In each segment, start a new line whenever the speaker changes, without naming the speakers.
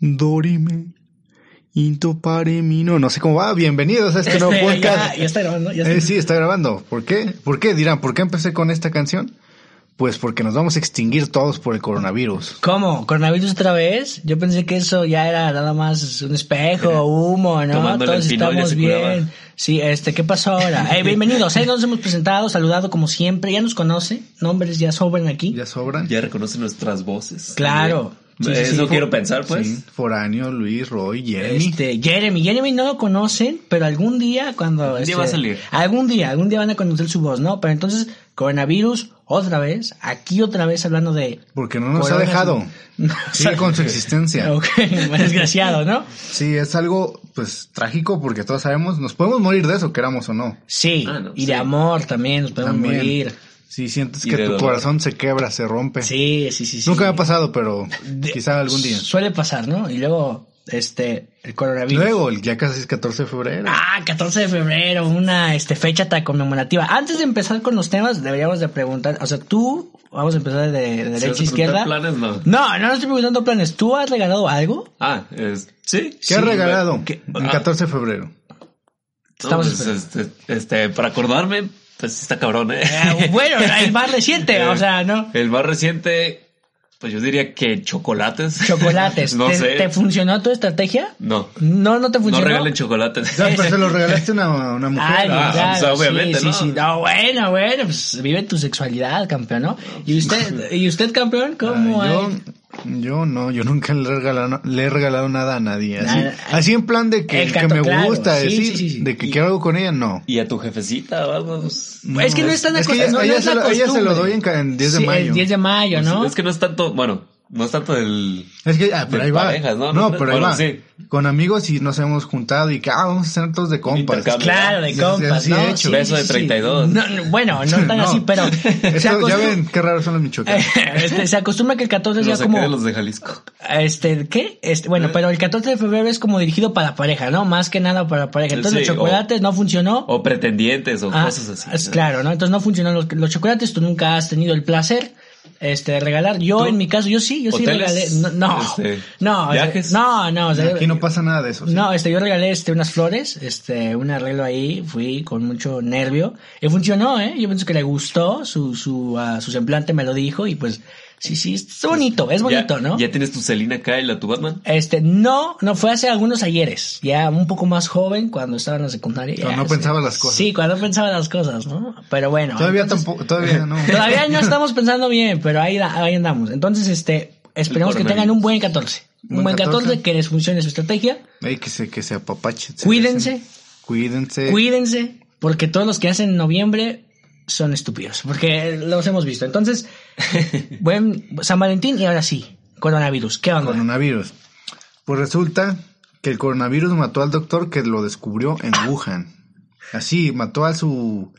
Dorime. Intoparemino, no sé cómo va. Bienvenidos a este, nuevo
Este,
podcast.
Ya, ya está grabando, ya está.
Eh, sí, está grabando. ¿Por qué? ¿Por qué? Dirán, ¿por qué empecé con esta canción? Pues porque nos vamos a extinguir todos por el coronavirus.
¿Cómo? ¿Coronavirus otra vez? Yo pensé que eso ya era nada más un espejo, humo, ¿no?
Tomándole
Todos
el pinol ya
estamos
se curaba.
bien. Sí, este, ¿qué pasó ahora? Eh, bienvenidos, eh, nos hemos presentado, saludado como siempre, ya nos conoce, nombres ya sobran aquí.
¿Ya sobran?
Ya reconoce nuestras voces.
Claro. Sí, sí,
Eso
sí.
quiero pensar, pues.
Sí, Foráneo, Luis, Roy, Jeremy.
Este, Jeremy, Jeremy no lo conocen, pero algún día cuando...
día
este,
va a salir.
Algún día, algún día van a conocer su voz, ¿no? Pero entonces, coronavirus, otra vez, aquí otra vez hablando de...
Porque no nos ha
Corona-
dejado. Sigue con su existencia.
Ok, desgraciado, ¿no?
Sí, es algo, pues, trágico porque todos sabemos, nos podemos morir de eso, queramos o no.
Sí,
Ah, no,
y de
sí.
amor también nos podemos
También.
morir.
Si sientes
Y
que
de
tu
dolor.
corazón se quebra, se rompe.
Sí, sí, sí, sí.
Nunca me ha pasado, pero
De-
quizá algún día.
Suele pasar, ¿no? Y luego, este, el coronavirus.
Luego, el- ya casi es 14 de febrero.
Ah, 14 de febrero, una este, fecha tan conmemorativa. Antes de empezar con los temas, deberíamos de preguntar, o sea, tú, vamos a empezar de, de
Si vas
derecha
a
a izquierda.
preguntar planes, no.
No, no, no estoy preguntando planes. ¿Tú has regalado algo?
Ah, es, sí. ah,
¿Qué has regalado
¿Qué?
el 14 de febrero?
Ah. Estamos
Estamos este, este, para acordarme, pues está cabrón, ¿eh?
Eh, bueno, el más reciente,
Eh,
o sea, ¿no?
El más reciente, pues yo diría que chocolates.
Chocolates.
no
¿Te,
sé.
te funcionó tu estrategia?
no.
No, no te
No
funcionó.
regalen chocolates.
No, pero se lo regalaste a una, una mujer.
Ay,
Ah,
claro,
pues, obviamente,
sí,
¿no?
sí, sí. No, bueno, bueno, pues vive tu sexualidad, campeón, ¿no? Y usted, y usted campeón, ¿cómo
Ah, yo,
hay?
yo no, yo nunca le he regalado, le he regalado nada a nadie. Así,
Nada.
así en plan de que,
El
que
gato,
me
claro.
gusta
Sí,
decir,
sí, sí, sí.
de que
Y-
quiero algo con ella, no.
Y a tu jefecita, pues, vamos.
es que no es tan
que
acost-
ella,
no, no
ella
es
se
la
lo, ella se lo
costumbre.
doy en, ca- en 10 de
Sí,
mayo.
El 10 de mayo, Pues ¿no?
pues, Es que no es tanto, bueno, no es tanto el...
Es que, ah, pero
De
ahí va.
parejas,
no,
¿no? No,
pero ahí
bueno,
va.
sí.
Con amigos y nos hemos juntado y que, ah, vamos a cenar todos de compas.
intercambio.
Claro, de
Sí,
compas,
sí,
¿no?
sí, he hecho.
Beso de 32.
No, no, bueno, no tan
No.
así, pero... se
Esto- ya
acostumbra-
ven, qué raros son los michoacanos.
Este, se acostumbra que el 14 sea
Los
como...
saqué de los de Jalisco.
Este, ¿qué? Este, bueno, pero el 14 de febrero es como dirigido para pareja, ¿no? Más que nada para pareja. Entonces
Sí,
los
o-
chocolates no funcionó.
O pretendientes o
Ah,
cosas así.
es claro, ¿no? Entonces no funcionan los, los chocolates, tú nunca has tenido el placer este, de regalar. Yo,
¿Tú?
en mi caso, yo sí, yo sí
¿Hoteles?
regalé. No, no,
Este,
no, o sea,
¿viajes?
no, no, o sea,
Aquí no pasa nada de eso. ¿sí?
no, este, yo regalé este, unas flores, este, un arreglo ahí, fui con mucho nervio. Y funcionó, ¿eh? Yo pienso que le gustó, su, su, ah, su semblante me lo dijo y pues, sí, sí, es bonito, es bonito,
Pues, ya,
¿no?
Ya tienes tu Selena Kyle, a tu Batman.
Este, no, no fue hace algunos ayeres, ya un poco más joven, cuando estaba en la secundaria.
Cuando
ya,
no
sí.
pensabas las cosas.
Sí, cuando no pensaba las cosas, ¿no? Pero bueno.
Todavía
entonces-
tampoco, todavía no.
Todavía no estamos pensando bien, pero ahí, da- ahí andamos. Entonces, este, esperemos que
coronavirus.
tengan un buen 14. Un
Buen
buen 14,
14,
que les funcione su estrategia.
Ey, que se, que se apapachen. se
Cuídense.
besen. Cuídense.
Cuídense, porque todos los que hacen en noviembre son estúpidos, porque los hemos visto. Entonces, buen San Valentín y ahora sí, coronavirus. ¿Qué onda?
coronavirus. Pues resulta que el coronavirus mató al doctor que lo descubrió en
Ah.
Wuhan. Así, mató a su,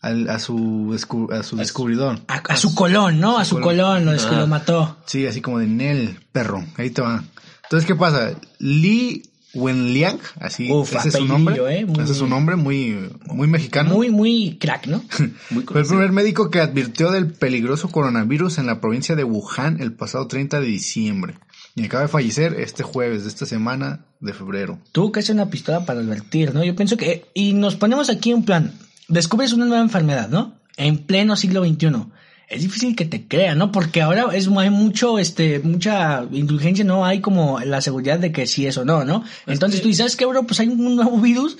al- a su, descu- a su descubridor.
a, a su colón, ¿no? A su colón,
Ah.
lo, es que lo mató.
Sí, así como de Nel, perro. Ahí te va. Entonces, ¿qué pasa? Li Wenliang, así,
Uf,
ese es su
apellidillo,
nombre.
eh, muy-
Ese es su nombre, muy, muy mexicano.
Muy, muy crack, ¿no?
Muy
Fue el
conocido.
primer médico que advirtió del peligroso coronavirus en la provincia de Wuhan el pasado 30 de diciembre. Y acaba de fallecer este jueves de esta semana de febrero.
Tuvo que hacer una pistola para advertir, ¿no? Yo pienso que... Y nos ponemos aquí en plan, descubres una nueva enfermedad, ¿no? En pleno siglo XXI. Es difícil que te crean, ¿no? Porque ahora es, hay mucho, este, mucha indulgencia, no hay como la seguridad de que sí es o no, ¿no? Entonces tú dices, ¿sabes qué, bro? Pues hay un nuevo virus.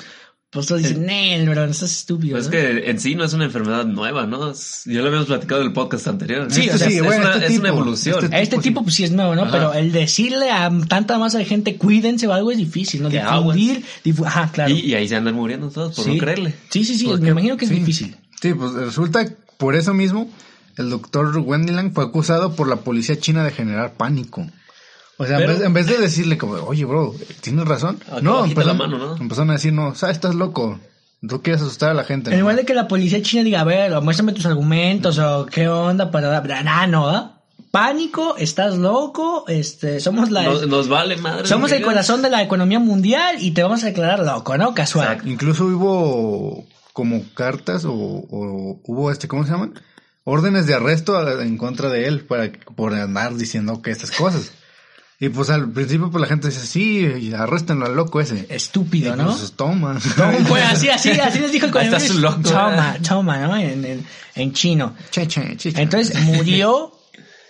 Pues todos dicen, Nel, bro, no estás estúpido.
Pues
¿no?
es que en sí no es una enfermedad nueva, ¿no? Es- Ya lo habíamos platicado en el podcast anterior.
Sí,
Es-
o sea,
es,
sí,
es
bueno,
una,
este
es una
tipo,
evolución.
este
Este
tipo,
tipo pues sí es nuevo, ¿no?
Ajá.
Pero el decirle a tanta masa de gente cuídense o algo es difícil, ¿no?
Que aguas.
Difundir, difu- ajá, claro.
y, y ahí se andan muriendo todos por
Sí.
no creerle.
Sí, sí, sí, me
Porque-
imagino que es
sí.
difícil.
Sí, pues resulta por eso mismo el doctor Wenliang fue acusado por la policía china de generar pánico. O sea, en,
Pero-
vez, en vez de decirle como, oye, bro, tienes razón.
Ah,
Acá
No,
bajita la
empezaron,
mano, ¿no?
empezaron a decir, no, sabes, estás loco. Tú quieres asustar a la gente.
En
¿no?
lugar de que la policía china diga, a ver, o muéstrame tus argumentos o qué onda para dar... Ah, no, ¿ah? Pánico, estás loco, este, somos la...
Nos, nos vale madre.
somos
lo
el
que
corazón de la economía mundial y te vamos a declarar loco, ¿no? Casual.
Exacto.
Incluso hubo como cartas o, o hubo este, ¿cómo se llaman? Órdenes de arresto a- en contra de él para, por andar diciendo que estas cosas. Y pues al principio pues la gente dice, sí, arréstenlo al loco ese.
Estúpido,
Y,
¿no?
Pues toma.
No, pues así, así, así les dijo el
Ahí está
coronavirus.
su loco,
Toma,
¿verdad?
toma, ¿no? En, en, en chino.
Che, che, che, che.
Entonces murió,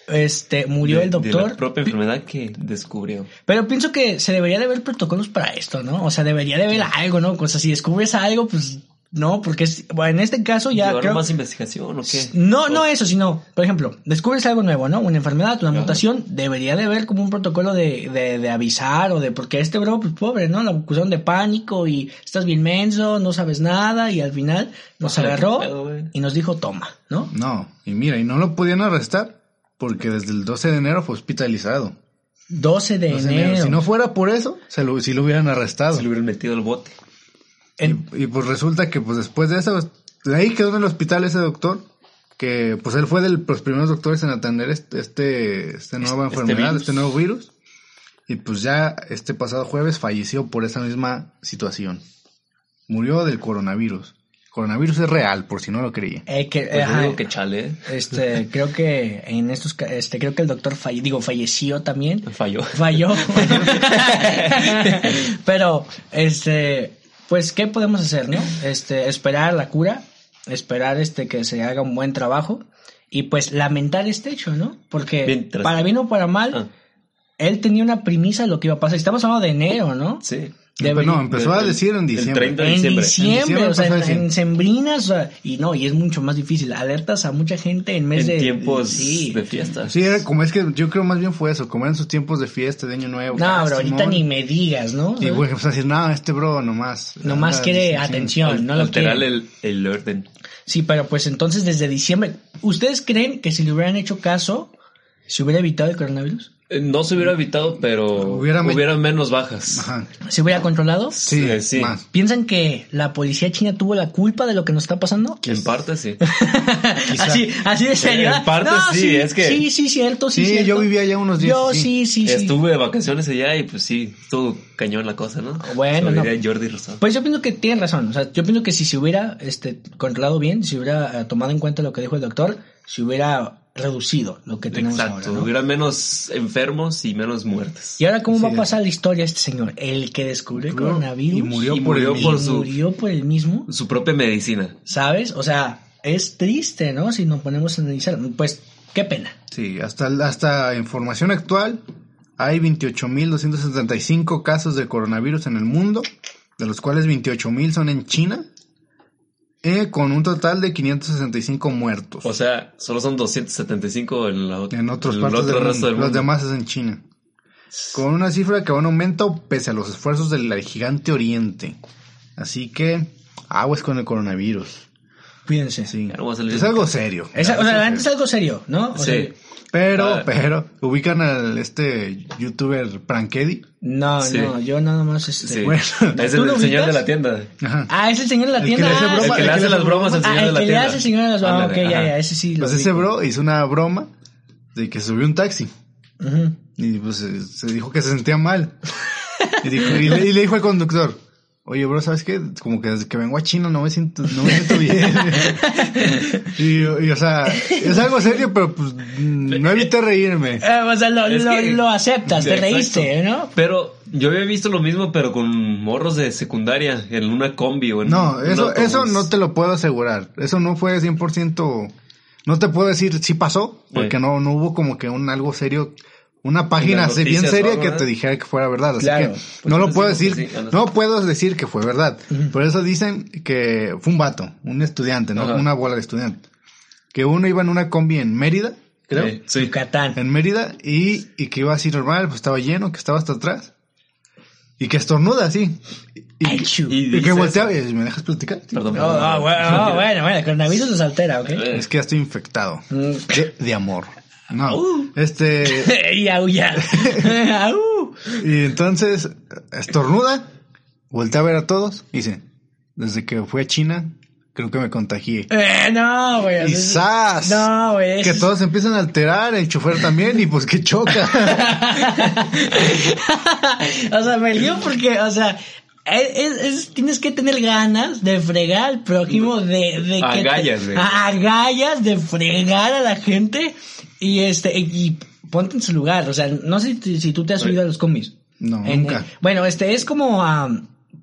este, murió
De-
el
De
doctor.
la propia enfermedad que descubrió.
Pero pienso que se debería de haber protocolos para esto, ¿no? O sea, debería de haber algo, ¿no? Cosa, si descubres algo, pues no, porque es- bueno, en este caso ya
¿Llevaron
creo...
más investigación o qué?
No, no eso, sino, por ejemplo, descubres algo nuevo, ¿no? Una enfermedad, una
Ajá.
mutación, debería de haber como un protocolo de, de, de avisar o de, porque este bro, pues pobre, ¿no? Lo acusaron de pánico y estás bien menso, no sabes nada y al final nos
Ojalá,
agarró
qué pedo, güey.
y nos dijo, toma, ¿no?
No, y mira, y no lo podían arrestar porque desde el 12 de enero fue hospitalizado.
12 de
12 de
enero.
enero. Si no fuera por eso, se lo, si lo hubieran arrestado.
Se le hubieran metido el bote. Pues
En-
Y pues resulta que pues después de eso, de ahí quedó en el hospital ese doctor, que pues él fue de los primeros doctores en atender este, este, esta nueva
Este
enfermedad,
virus.
este nuevo virus. Y pues ya este pasado jueves falleció por esa misma situación. Murió del coronavirus. Coronavirus es real, por si no lo creía.
eh, que,
Pues yo
ajá,
digo que chale, ¿eh?
Este, creo que en estos, ca- este, creo que el doctor falle- digo, falleció también.
falló.
Falló. Pero, este, pues, ¿qué podemos hacer, no? Este, esperar la cura, esperar, este, que se haga un buen trabajo y, pues, lamentar este hecho, ¿no? Porque,
Mientras-
para bien o para mal,
Ah,
él tenía una premisa de lo que iba a pasar. Estamos hablando de enero, ¿no?
sí.
Pero
Debería-
no, empezó a
el-
decir en
el
diciembre.
30 de
en diciembre,
diciembre.
En diciembre
o sea,
empezó a
en,
decir.
en sembrinas, o sea, y no, y es mucho más difícil. Alertas a mucha gente en mes
En
de...
tiempos
sí.
de fiestas.
Sí, era como es que yo creo más bien fue eso, como eran sus tiempos de fiesta, de año nuevo.
No,
ah,
bro, ahorita
Simón.
ni me digas, ¿no?
Y güey, pues a decir, no, este bro nomás.
Nomás
anda
quiere
diciendo-
atención, no lo
Alterar
quiere.
el, el orden.
Sí, pero pues entonces desde diciembre, ¿ustedes creen que si le hubieran hecho caso, se hubiera evitado el coronavirus?
Eh, No se
Mm.
hubiera evitado, pero
Hubiera
hubiera,
me-
menos bajas.
Ajá.
¿Se hubiera controlado?
Sí,
Eh, sí.
más.
¿Piensan que la policía china tuvo la culpa de lo que nos está pasando?
En parte sí.
Así, así de serio.
En parte sí, es que-
Sí, sí, cierto, sí.
Sí,
cierto.
yo vivía allá unos días,
Yo sí,
sí.
sí, sí.
Estuve de vacaciones allá y pues sí, estuvo cañón la cosa, ¿no?
Bueno,
Como
no.
diría Jordi Rosado.
Pues yo pienso que tiene razón. O sea, yo pienso que si se hubiera este, controlado bien, si hubiera eh, tomado en cuenta lo que dijo el doctor, se hubiera reducido lo que tenemos
Exacto,
ahora. ¿no?
hubiera menos enfermos y menos muertes.
¿Y ahora cómo va a
Sí.
pasar la historia este señor? El que descubrió el
Murió
coronavirus.
y murió
y
por
murió
el-
por su-
murió por el mismo.
Su propia medicina.
¿Sabes? O sea, es triste, ¿no? Si nos ponemos a analizar. Pues, qué pena.
Sí, hasta, hasta información actual hay 28.275 casos de coronavirus en el mundo, de los cuales 28.000 son en China, eh, con un total de 565 muertos.
O sea, solo son 275 en la
en otras
Pues,
partes
el otro
del mundo.
resto del
Los
mundo.
demás es en China. Con una cifra que va en aumento pese a los esfuerzos del gigante oriente. Así que, aguas con el coronavirus.
Cuídense.
Sí.
Ya no voy a salir
Es
de mi
algo serio.
Es- o sea, la neta es algo serio, ¿no? O
Sí.
sea,
Pero,
Ah.
pero, ubican al este youtuber Prankedi.
no,
Sí.
no, yo nada más este.
Sí.
Bueno,
es
¿tú
el,
lo
el señor
ubicas?
de la tienda.
Ajá.
Ah, es el señor de la
El que
tienda.
le hace
Ah,
broma,
el que le hace las bromas al
Ah,
señor de la
el que le
tienda.
hace el señor de las bromas. Ah, ok,
Ándale,
ya,
ajá.
ya, ese sí. lo
Pues ese
ubico.
bro hizo una broma de que subió un taxi.
Ujú.
Y pues eh, se dijo que se sentía mal. Y, dijo- y le, y le dijo al conductor, oye, bro, ¿sabes qué? Como que desde que vengo a China no me siento, no me siento bien. y, y, o sea, es algo serio, pero pues mm, no evité reírme.
Eh, o sea, lo,
Es
lo-
que-
lo aceptas, te
Exacto.
reíste, ¿no?
Pero yo había visto lo mismo, pero con morros de secundaria, en una combi o en
No,
un
eso,
autobús.
eso no te lo puedo asegurar. Eso no fue 100%... No te puedo decir si pasó, porque
Sí.
no, no hubo como que un algo serio, una página así bien
noticias,
seria
¿no?
que
¿verdad?
te dijera que fuera verdad. Así
Claro.
que
Pues
no
yo
lo
les
puedo
digo que
decir,
sí, a los-
no puedo decir que fue verdad. Por eso dicen que fue un vato, un estudiante, ¿no?
Ajá.
Una bola de estudiante. Que uno iba en una combi en Mérida, creo.
Sí, sí.
Yucatán.
En Mérida y, y que iba así normal, pues estaba lleno, que estaba hasta atrás. Y que estornuda así. Y,
Achú.
y que
dice
volteaba
eh,
y me dejas platicar. tío?
Perdón.
Oh, oh, bueno, oh, bueno, bueno, el coronavirus nos altera, ¿ok?
Eh,
Es que ya estoy infectado.
Mm. Uh.
De, de amor. No. Este.
y aullar. Au.
Y entonces, estornuda, voltea a ver a todos, y dice, desde que fui a China, creo que me contagié.
Eh, no, güey.
Y
eso es-
¡zas!
No, güey. eso
Que
es-
todos se empiezan a alterar, el chofer también, y pues que choca.
o sea, me lío porque, o sea, es, es- es- tienes que tener ganas de fregar al prójimo, de, de
Ah,
que... te-
Agallas, güey.
agallas de fregar a la gente y este, y ponte en su lugar. O sea, no sé si, si tú te has
Oye.
subido a los combis.
No,
En-
nunca.
eh, bueno, este es como ah,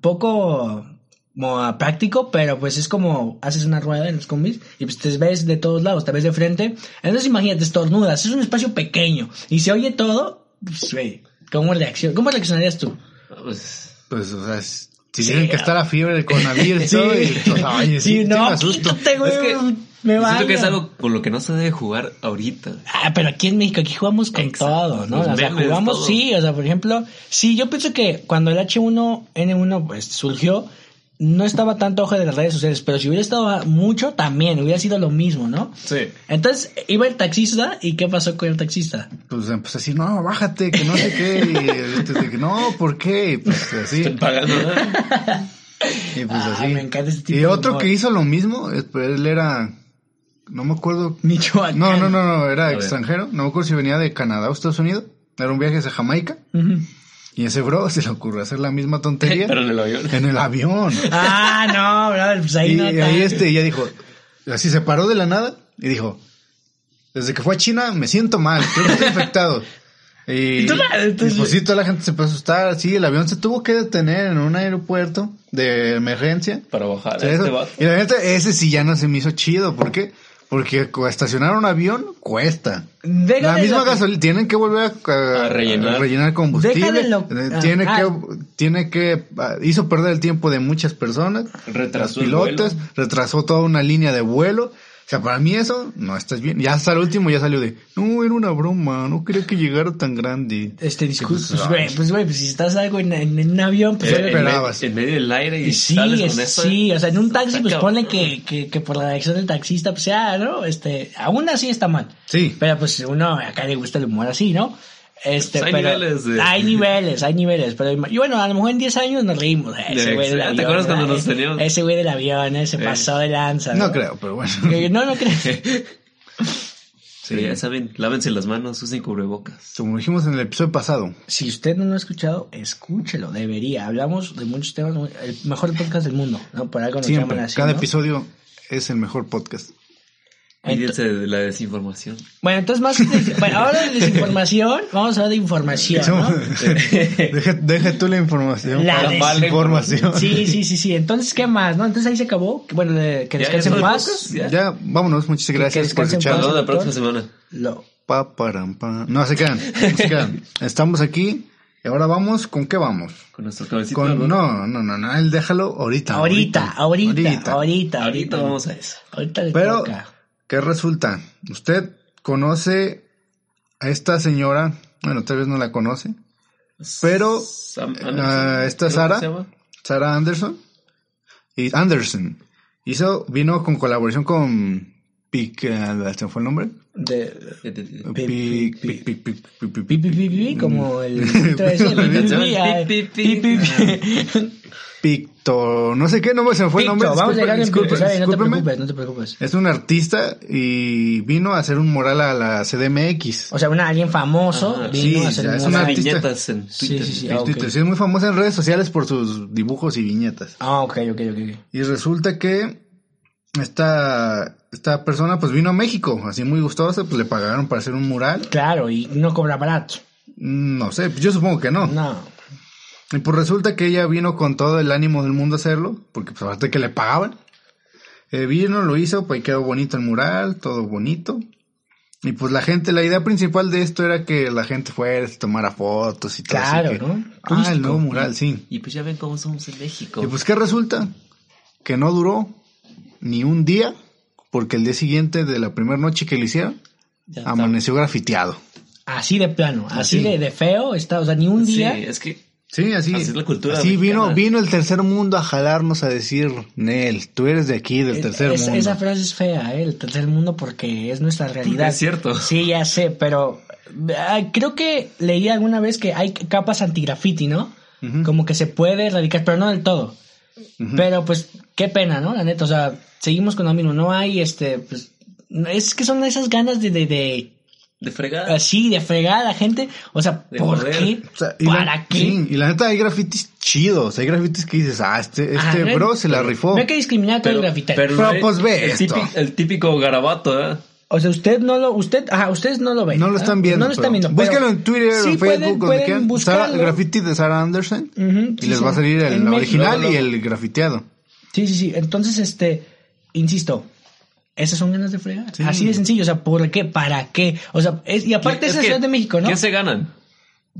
poco como, ah, práctico, pero pues es como haces una rueda en los combis y pues te ves de todos lados, te ves de frente. Entonces imagínate, estornudas, es un espacio pequeño y se oye todo, pues, güey, ¿cómo, reaccion- ¿cómo reaccionarías tú?
Ah, Pues,
Pues, o sea, es- si
Sí,
dicen que
ah.
está la fiebre del coronavirus
Sí.
y todo, y, o sea, oye, sí, sí
no,
me asusto.
quítate, güey,
Es que
me
siento que es
baño.
algo con lo que no se debe jugar ahorita.
Ah, pero aquí en México, aquí jugamos con
Exacto,
todo, ¿no?
los
o sea,
memes,
jugamos,
todo.
sí, o sea, por ejemplo, sí, yo pienso que cuando el H1N1 pues, surgió, no estaba tanto ojo de las redes sociales, pero si hubiera estado mucho, también hubiera sido lo mismo, ¿no?
Sí.
Entonces, iba el taxista, ¿y qué pasó con el taxista?
Pues empecé a decir, no, bájate, que no sé qué. Y este, de que, no, ¿por qué? Y pues así.
Estoy pagando. ¿no?
Y pues
Ah,
así.
me encanta este tipo
y
de
otro
humor.
que hizo lo mismo, eh, pues él era. No me acuerdo.
Michoacán.
No, no, no, no, era
ver.
extranjero. No me acuerdo si venía de Canadá o Estados Unidos. Era un viaje hacia Jamaica.
Ujú.
Y ese bro se le ocurrió hacer la misma tontería
Pero en el avión.
en el avión.
Ah, no, brother, pues ahí
y
no.
ahí
tan-
este, ya dijo, así se paró de la nada y dijo, desde que fue a China me siento mal, creo que estoy infectado. Y,
Y tú la- entonces-
y pues sí, toda la gente se empezó a asustar, sí, el avión se tuvo que detener en un aeropuerto de emergencia.
Para bajar.
O sea,
a este
eso-
vato.
y la neta, ese sí ya no se me hizo chido, ¿por qué? Porque co- estacionar un avión cuesta.
Deja
la
de
misma
lo que-
gasolina, tienen que volver a, a-
A rellenar.
a rellenar combustible.
Deja de lo-
eh,
ah,
tiene
ah.
que, tiene que, ah, hizo perder el tiempo de muchas personas
Retrasó
retrasó
el
pilotos,
vuelo. Eh,
retrasó toda una línea de vuelo. O sea, para mí eso no estás bien. Ya hasta el último ya salió de, no, era una broma, no quería que llegara tan grande.
Este discurso,
Que, pues,
pues, güey,
ay.
pues, güey, pues si estás algo en, en- en un avión, pues
Eh,
obviamente-
En me-
esperabas.
En medio del aire y
Y sí,
sales
es-
con eh. eso.
sí, o sea, en un taxi,
Está
pues
cabrón.
ponle que, que, que por la reacción del taxista, pues sea, ¿no? Este, aún así está mal.
Sí.
Pero pues uno acá le gusta el humor así, ¿no? Este,
Pues hay
pero-
niveles de-
Hay niveles, hay niveles. Pero ima- y bueno, a lo mejor en 10 años nos reímos. eh, Ese
De-
güey del
¿te
avión.
acuerdas cuando
eh,
nos teníamos?
Ese güey del avión, eh, se
Eh.
pasó de lanza.
No creo, pero bueno.
Que- No, no creo.
Sí.
Pero ya saben, lávense las manos, usen cubrebocas.
Como dijimos en el episodio pasado,
si usted no lo ha escuchado, escúchelo, debería. Hablamos de muchos temas, muy- el mejor podcast del mundo, ¿no? Por algo nos
siempre,
llaman así,
cada
¿no?
episodio es el mejor podcast.
Ento-
Cuídense de la desinformación.
Bueno, entonces más... Bueno, ahora de desinformación, vamos a hablar de información, Ah, ¿no?
Deja, deja tú la información.
La
para
des-
mala información.
Sí, sí, sí, sí. Entonces, ¿qué más? ¿No? Entonces ahí se acabó. Que, Bueno, de- que
¿Ya, ya
descansen
fue el
más.
podcast? Ya.
Ya, vámonos, muchas gracias por
descansen en paz.
escucharnos.
Hablamos la próxima semana.
Lo...
Pa, param, pa. No, se quedan, se quedan. Estamos aquí y ahora vamos, ¿con qué vamos?
Con nuestro cabecito.
Con-
de-
no, no, no, no, él déjalo ahorita.
Ahorita, ahorita, ahorita, ahorita.
Ahorita vamos a eso.
Ahorita le
Pero-
toca.
¿Qué resulta? Usted conoce a esta señora, bueno, tal vez no la conoce, Pero,
Pues, Sam-
eh,
Anderson,
esta
creo que
Sara-
se llama.
Sarah Anderson. Y Anderson. Hizo, vino con colaboración con Pic, eh, ¿se me fue el nombre?
De...
Eh, eh,
Pic,
Pic, Pic, Pic,
Pic,
Pic, Pic, Pic,
Pi,
Pic,
pi, pi, pi,
Mm.
como el... ese,
Como la
pi, pi,
canción.
pi, ay,
Pi, pi,
pi, pi,
Ah.
pi.
Picto, no sé qué nombre, se me fue el
Picto,
nombre.
vamos a llegar en
disculpen,
Picto, ¿sabes? No te
discúlpenme.
preocupes, no te preocupes.
Es un artista y vino a hacer un mural a la CDMX.
O sea, una, alguien famoso
Ajá.
vino
Sí,
a hacer
ya,
un
es
unas
un
mural.
artista.
viñetas en
Sí,
Twitter.
sí, sí.
En
ah, ok.
Twitter. Sí, es muy famosa en redes sociales por sus dibujos y viñetas.
Ah, ok, ok, ok.
Y resulta que esta, esta persona pues vino a México, así muy gustosa, pues le pagaron para hacer un mural.
Claro, y no cobra barato.
No sé, pues, yo supongo que no.
No.
Y pues resulta que ella vino con todo el ánimo del mundo a hacerlo, porque pues aparte que le pagaban. Eh, vino, lo hizo, pues quedó bonito el mural, todo bonito. Y pues la gente, la idea principal de esto era que la gente fuera, se tomara fotos y todo. así
Claro,
que-
¿no?
Ah, el nuevo
Turístico.
mural, sí.
Y pues ya ven cómo somos en México.
Y pues, ¿qué resulta? Que no duró ni un día, porque el día siguiente de la primera noche que le hicieron,
Ya está.
amaneció grafiteado.
Así de plano, así
Así.
de, de feo está, o sea, ni un
Sí,
día.
es que
Sí, así.
Así es la cultura
Así
mexicana.
vino, vino el tercer mundo a jalarnos a decir, Nel, tú eres de aquí, del tercer
Es-
mundo.
Esa frase es fea, ¿eh? el tercer mundo, porque es nuestra realidad.
es cierto.
Sí, ya sé, pero ah, creo que leí alguna vez que hay capas antigrafiti, ¿no?
Ujú.
Como que se puede erradicar, pero no del todo.
Ujú.
Pero pues qué pena, ¿no? La neta, o sea, seguimos con lo mismo, no hay este, pues, es que son esas ganas de, de, de
de fregada.
así, de fregar a la gente, o sea,
De
¿por
joder.
qué?
O sea, y
¿Para
la,
qué?
sí, y la neta hay grafitis chidos, hay grafitis que dices, ah, este,
Ajá,
este
no hay-
bro se la rifó.
No hay que discriminar a todo el grafitero.
Pero,
no hay-
pues, ve
el
esto.
típico, el típico garabato, ¿eh?
o O sea, usted no lo, usted, ajá, ustedes no lo ven.
No lo están viendo.
Pues No lo están
pero
viendo. pero-
Búsquenlo en Twitter,
Sí,
en
pueden-
Facebook, donde
pueden
quieran.
buscarlo.
Sara- graffiti de Sarah Anderson.
Ujú,
Y
sí,
les
sí.
va a salir
En
el
México.
original
luego,
y
luego.
el grafiteado.
Sí, sí, sí. Entonces, este, insisto, esas son ganas de fregar.
Sí.
Así de sencillo, o sea, ¿por qué? ¿Para qué? O sea, es- y aparte es la
que-
Ciudad de México, ¿no?
¿Qué se ganan?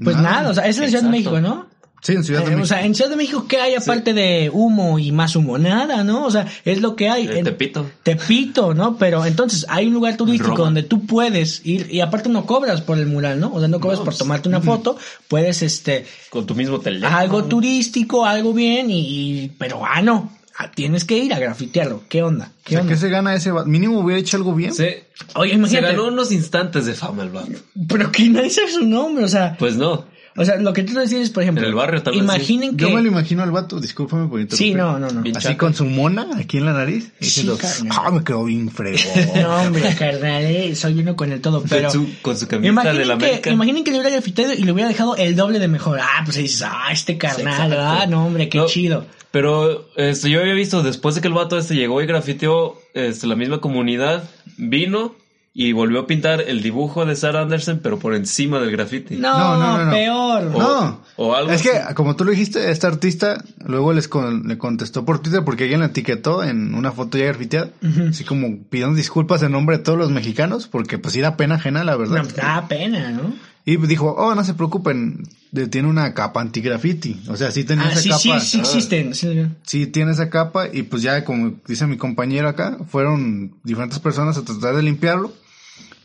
Pues nada. o sea, es la Ciudad de
Exacto.
México, ¿no?
Sí, en Ciudad de
Eh,
México.
O sea, en Ciudad de México, ¿qué hay aparte de humo y más humo? Nada, ¿no? O sea, es lo que hay.
El
En-
Tepito.
Tepito, ¿no? Pero entonces hay un lugar turístico
Roma.
donde tú puedes ir y aparte no cobras por el mural, ¿no? O sea, no cobras
No,
por
pues,
tomarte una foto, puedes este
Con tu mismo teléfono.
algo turístico, algo bien y, y- pero ah no, ah, tienes que ir a grafitearlo. ¿Qué onda? ¿Qué
O sea,
onda?
¿qué se gana ese vato? Mínimo hubiera hecho algo bien.
Se,
Oye,
se
imagínate.
ganó unos instantes de fama el vato.
Pero que nadie sabe su nombre, o sea,
Pues no.
o sea, lo que tú decir es, por ejemplo,
En el barrio tal vez
imaginen que
Yo me lo imagino al vato, discúlpame por interrumpir.
Sí, no, no, no.
Bien
Así
chato.
con su mona aquí en la nariz. y
Sí,
diciendo,
carnal.
ah, me quedó bien
No,
fregón.
hombre, carnal, eh, soy uno con el todo, pero...
con, su, con su camisa de la
Imaginen
América.
que, imaginen que le hubiera grafiteado y le hubiera dejado el doble de mejor. Ah, pues dices, ah, este carnal,
Exacto.
ah, no, hombre, qué
No,
chido.
Pero este, yo había visto después de que el vato este llegó y grafiteó este, la misma comunidad, vino y volvió a pintar el dibujo de Sarah Anderson, pero por encima del grafiti.
No,
No, no, no, no.
peor.
O-
No.
o algo
es que,
así.
como tú lo dijiste, este artista luego les con- le contestó por Twitter porque alguien la etiquetó en una foto ya grafiteada. Así como pidiendo disculpas en nombre de todos los mexicanos porque pues sí da pena ajena, la
No,
verdad.
pues, da pena, ¿no?
Y dijo, oh, no se preocupen, de- tiene una capa antigrafiti. O sea, sí tenía
Ah,
esa
sí,
capa.
sí, sí
Ah.
existen. sí.
Sí, tiene esa capa y pues ya como dice mi compañero acá, fueron diferentes personas a tratar de limpiarlo.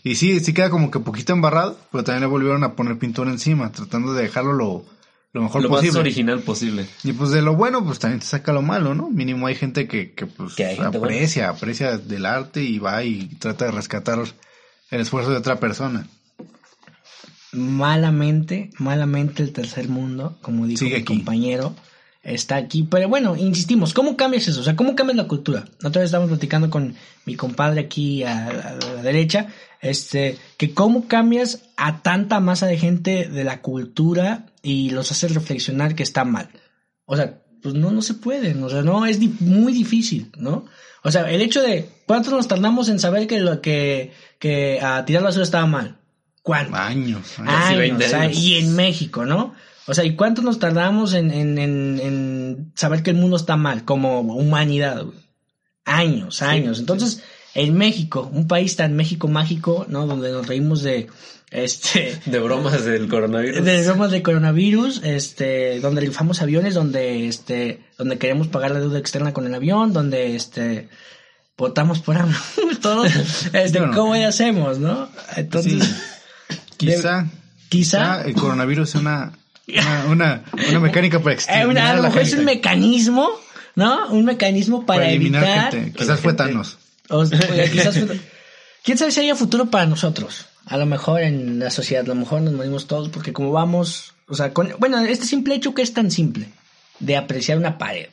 Y sí, sí queda como que poquito embarrado, pero también le volvieron a poner pintura encima, tratando de dejarlo lo, lo mejor
Lo más
posible.
original posible.
y pues de lo bueno, pues también te saca lo malo, ¿no? Mínimo hay gente que, que pues
Que hay gente buena.
aprecia, aprecia del arte y va y trata de rescatar el esfuerzo de otra persona.
Malamente, malamente el tercer mundo, como dijo
Sigue
mi
aquí.
compañero, está aquí. Pero bueno, insistimos, ¿cómo cambias eso? O sea, ¿cómo cambias la cultura? Otra vez estamos platicando con mi compadre aquí a, a la derecha, este, que cómo cambias a tanta masa de gente de la cultura y los haces reflexionar que está mal. O sea, pues no, no se pueden, o sea, no, es di- muy difícil, ¿no? O sea, el hecho de cuánto nos tardamos en saber que lo que, que a tirar basura estaba mal. ¿Cuánto?
Años. años.
Años,
Casi 20
o sea,
años.
y en México, ¿no? O sea, ¿y cuánto nos tardamos en, en- en- en saber que el mundo está mal como humanidad? güey? Años, años. Entonces, en México, un país tan México mágico, ¿no? Donde nos reímos de, este,
De bromas del coronavirus.
de bromas de coronavirus, este, donde rifamos aviones, donde, este, donde queremos pagar la deuda externa con el avión, donde, este, votamos por AMLO, todos, este,
Bueno.
eh,
¿cómo le hacemos, no? Entonces,
Quizá,
quizá
quizá el coronavirus es una, una, una, una mecánica para
Eh,
exterminar
una- a
la
lo mejor es un
gente.
mecanismo, ¿no? Un mecanismo para, evitar.
gente. Quizás fue Thanos.
o- o quizás fue- ¿Quién sabe si haya futuro para nosotros? A lo mejor en la sociedad, a lo mejor nos morimos todos porque como vamos, o sea, con, bueno, este simple hecho que es tan simple de apreciar una pared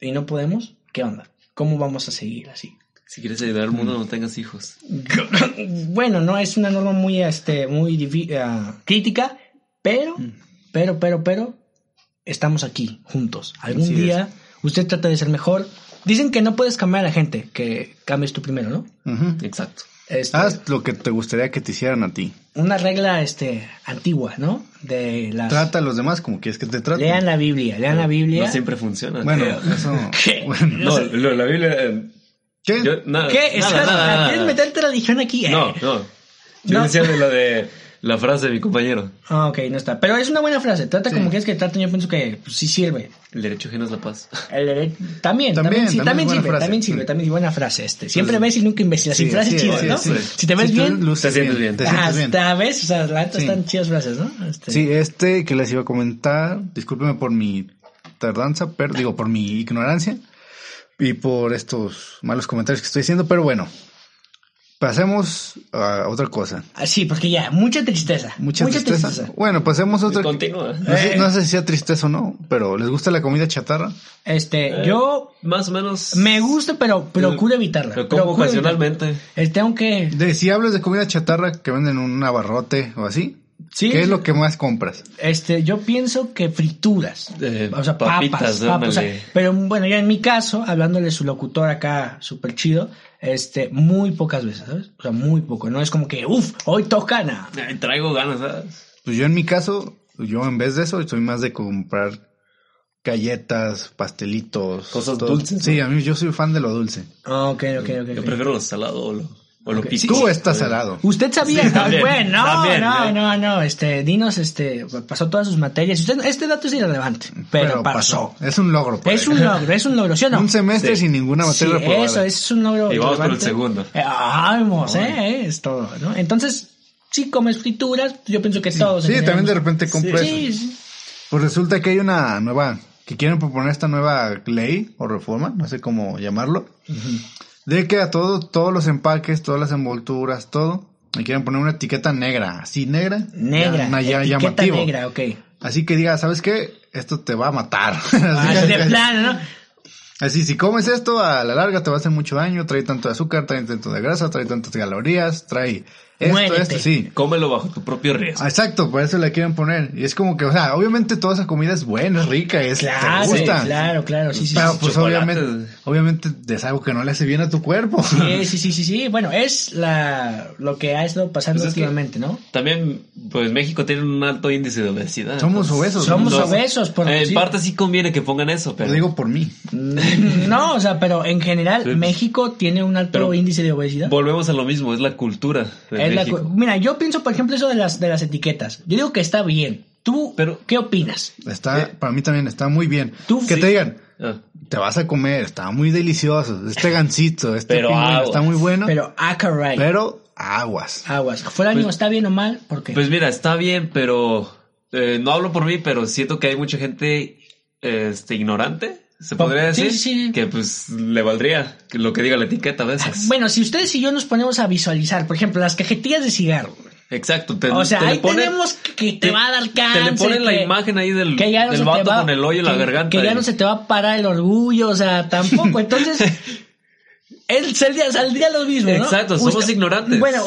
y no podemos, ¿qué onda? ¿Cómo vamos a seguir así?
Si quieres ayudar al mundo, no tengas hijos.
bueno, no es una norma muy, este, muy difi- ah, crítica, pero,
Mm.
pero, pero, pero, estamos aquí juntos. Algún
Así es.
día usted trata de ser mejor. Dicen que no puedes cambiar a la gente, que cambies tú primero, ¿no?
Ujú.
Exacto.
Este,
Haz lo que te gustaría que te hicieran a ti.
Una regla, este, antigua, ¿no? De las.
Trata a los demás como quieres que te traten.
Lean la Biblia, lean la Biblia.
No siempre funciona.
Bueno,
Eh,
eso.
¿Qué?
bueno.
no, lo- la Biblia. eh,
¿Qué?
yo- nada,
¿Qué?
nada,
¿Estás-
nada, nada.
¿Quieres meterte la religión aquí? Eh.
No, no. Yo
No.
decía de la de la frase de mi compañero.
Ah, ok, no está. Pero es una buena frase. Trata
Sí.
como quieres que te traten. Yo pienso que pues, sí sirve.
El derecho ajeno es la paz.
El dere- También, también,
También,
sí,
también
también
es buena
sirve,
frase.
también sirve,
Sí.
también buena frase este. Siempre ves y nunca investigas. Sin frases
así es,
chidas,
así
¿no?
es, sí.
Si te ves
tú
bien,
luces
te sientes bien.
Te sientes bien.
hasta ves, o sea, la neta
Sí.
están chidas frases, ¿no? Este,
Sí, este que les iba a comentar, discúlpeme por mi tardanza, pero digo, por mi ignorancia y por estos malos comentarios que estoy haciendo, pero bueno, pasemos a otra cosa.
Ah, sí, porque ya, mucha tristeza.
Mucha, tristeza. Bueno, pasemos a otra.
Continúa.
No sé, no sé si sea tristeza o no, pero ¿les gusta la comida chatarra?
Este,
Eh,
yo
Más o menos.
me gusta, pero procuro evitarla.
Lo como
procuro
ocasionalmente.
evitarla. Eh, tengo que.
De, si hablas de comida chatarra que venden en un abarrote o así,
Sí.
¿Qué es lo que más compras?
Este, yo pienso que frituras.
Eh,
o sea, papas.
papitas,
papas, o sea,
ándale.
pero bueno, ya en mi caso, hablándole su locutor acá, súper chido, este, muy pocas veces, ¿sabes? O sea, muy poco. No es como que, uff, hoy toca nada.
Ay, traigo ganas, ¿sabes?
Pues yo en mi caso, yo en vez de eso, soy más de comprar galletas, pastelitos.
Cosas dulces,
Sí, a mí yo soy fan de lo dulce.
Ok, ok, ok.
Yo
ok.
prefiero lo salado o lo, o lo
Ok.
picoso.
Tú estás salado.
Usted sabía,
Sí, también,
bueno, no,
también,
no,
eh.
no, no, este, dinos, este, pasó todas sus materias. Usted, este dato es irrelevante, pero, pasó.
Es un logro. para
Es
él.
un logro, es un logro, ¿sí o no?
Un semestre
Sí.
sin ninguna
Sí,
materia reprobada.
eso, es un logro.
Y vamos por el
relevante.
segundo.
Eh, vamos, eh, es todo, ¿no? Entonces, si comes frituras, yo pienso que todos. en
Sí,
general-
también de repente compro eso.
Sí, sí.
Pues resulta que hay una nueva, que quieren proponer esta nueva ley o reforma, no sé cómo llamarlo, de que a todo, todos los empaques, todas las envolturas, todo, le quieren poner una etiqueta negra, así negra,
Negra, Eh,
ya- ya-
etiqueta
llamativo.
negra, ok.
Así que diga, ¿sabes qué? Esto te va a matar. así,
Ah,
que-
de plano, ¿no?
así, si comes esto, a la larga te va a hacer mucho daño, trae tanto de azúcar, trae tanto de grasa, trae tantas calorías, trae esto,
Muérete.
esto, sí.
Cómelo bajo tu propio riesgo.
Ah, Exacto, por eso la quieren poner. Y es como que, o sea, obviamente toda esa comida es buena, es rica, es
Claro,
te gusta.
claro, claro, sí, sí. sí,
Pero
sí.
pues
chocolates.
obviamente, obviamente es algo que no le hace bien a tu cuerpo.
Sí, sí, sí, sí, sí. Bueno, es la, lo que ha estado pasando
Pues es que-
últimamente, ¿no?
También, pues México tiene un alto índice de obesidad.
Somos
entonces-
obesos.
Somos
¿no?
obesos, por
Eh, En
sí.
parte sí conviene que pongan eso, pero...
Lo digo por mí.
Mm, No, o sea, pero en general,
Sí.
México tiene un alto
Pero-
índice de obesidad.
Volvemos a lo mismo, es la cultura de
Es la
México.
cu- Mira, yo pienso, por ejemplo, eso de las, de las etiquetas. Yo digo que está bien. ¿Tú
Pero-
qué opinas?
Está, para mí también está muy bien.
Eh, Tú
que
sí.
te digan,
Ah,
te vas a comer, está muy delicioso, este gansito, este
Pero
pingüino
aguas.
está muy bueno, pero,
Pero, ah, caray.
aguas.
Aguas. Fuera ánimo, ¿está bien o mal? Porque
Pues mira, está bien, pero... eh, no hablo por mí, pero siento que hay mucha gente este, ignorante, se
Pa-
podría
sí,
decir,
sí, Ah, sí.
que pues le valdría que lo que diga la etiqueta a veces.
Bueno, si ustedes y yo nos ponemos a visualizar, por ejemplo, las cajetillas de cigarro.
Exacto. te-
o sea,
te le
ahí
ponen-
tenemos que, que te,
te-
va a dar
Te
cáncer.
le ponen la
que-
imagen ahí del,
que ya no
del
se te
vato
va-
con el hoyo en la
que-
garganta.
Que ya
y-
no se te va a parar el orgullo, o sea, tampoco. Entonces, él saldría, saldría lo mismo, ¿no?
Exacto, somos ignorantes.
Bueno,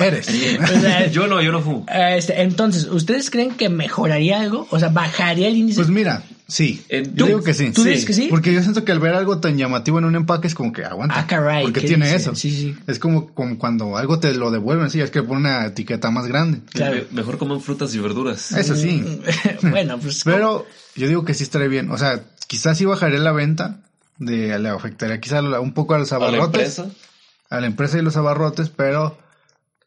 eh,
Eres.
o sea,
Yo no, yo no fumo.
eh, este, entonces, ¿ustedes creen que mejoraría algo? O sea, ¿bajaría el índice?
Pues mira, sí.
Eh,
yo
¿tú-
digo que sí.
tú dices que sí?
Porque yo siento que al ver algo tan llamativo en un empaque es como que aguanta.
Ah, caray,
Porque
¿qué
tiene
dice?
eso.
Sí, sí.
Es como, como cuando algo te lo devuelven, sí, es que pone una etiqueta más grande.
Claro.
Me- Mejor coman frutas y verduras.
Eso sí.
Mm. bueno, pues...
Pero yo digo que sí estaré bien. O sea, quizás sí bajaré la venta. De, le afectaría quizás la- un poco a los
A la
abarrotes.
empresa.
A la empresa y los abarrotes, pero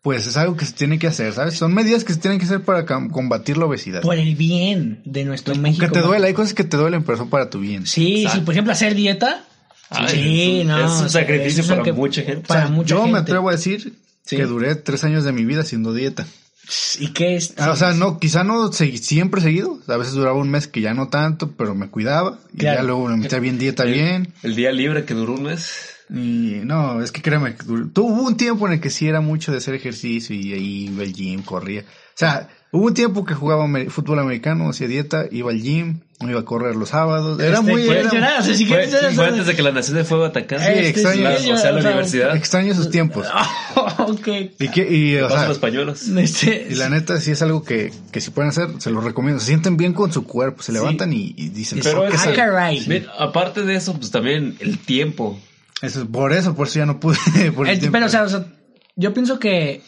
pues es algo que se tiene que hacer, ¿sabes? Son medidas que se tienen que hacer para cam- combatir la obesidad.
Por el bien de nuestro México.
que te duela, hay cosas que te duelen, pero son para tu bien.
Sí,
Exacto.
sí, por ejemplo, hacer dieta.
Ay,
sí,
es un-
no.
es un
o sea,
sacrificio
es
para
que-
mucha gente.
O sea,
Para mucha
yo
gente.
me atrevo a decir
Sí.
que duré tres años de mi vida haciendo dieta.
Pues, ¿Y qué es?
Ah, o sea, no, quizá no segui- siempre seguido. A veces duraba un mes que ya no tanto, pero me cuidaba. Y
Claro.
ya luego me metía bien dieta bien.
El día libre que duró un mes.
Y no, es que créeme, que dur- tú- hubo un tiempo en el que sí era mucho de hacer ejercicio y ahí iba al gym, corría. O sea, hubo un tiempo que jugaba amer- fútbol americano, hacía dieta, iba al gym, iba a correr los sábados. Era
Este,
muy...
puedes
era-
llorar, o sea, si
Fue,
quieres llorar,
fue
o sea,
antes de que la nación de fuego atacara.
Sí, extraño.
La- o sea, la universidad.
extraño esos tiempos.
ok.
Y, que, y, o
Pasan
sea,
los pañuelos.
Este,
y la neta sí es algo que, que si pueden hacer, se los recomiendo. Se sienten bien con su cuerpo, se levantan y, y dicen...
Pero
"Oh, qué
es-
sal-".
ah, caray.
Mira, aparte de eso, pues también el tiempo.
Eso, por eso, por eso ya no pude. por el
Eh,
tiempo.
pero, o sea, o sea, yo pienso que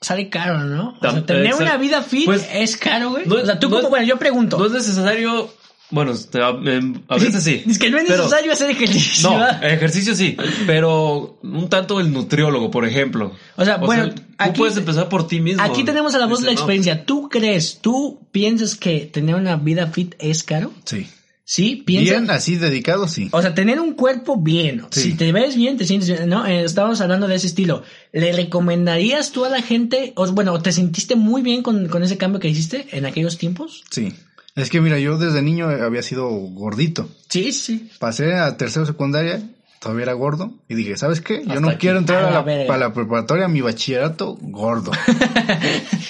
sale caro, ¿no? O
Tam-
sea, tener
exacto.
una vida fit
Pues,
es caro, güey.
no-
o sea, tú
no
como,
es-
bueno, yo pregunto.
No es necesario. Bueno, te- a, em, a veces sí.
Es que no es
Pero-
necesario hacer ejercicio.
No,
¿verdad?
ejercicio sí, pero un tanto el nutriólogo, por ejemplo.
O sea, bueno,
tú
aquí-
puedes empezar por ti mismo.
Aquí tenemos a la voz de la
Dices, no,
experiencia. ¿Tú crees, tú piensas que tener una vida fit es caro?
Sí.
Sí, piensas.
Bien, así dedicado, sí.
O sea, tener un cuerpo bien.
Sí.
Si te ves bien, te sientes bien, ¿no? Eh, estábamos hablando de ese estilo. ¿Le recomendarías tú a la gente, o, bueno, te sentiste muy bien con, con ese cambio que hiciste en aquellos tiempos?
Sí. Es que mira, yo desde niño había sido gordito.
Sí, sí.
Pasé a tercero de secundaria, todavía era gordo, y dije, ¿sabes qué? Yo
Hasta
no
aquí.
quiero entrar
A
a
la
la,
verga.
para la preparatoria, a mi bachillerato gordo.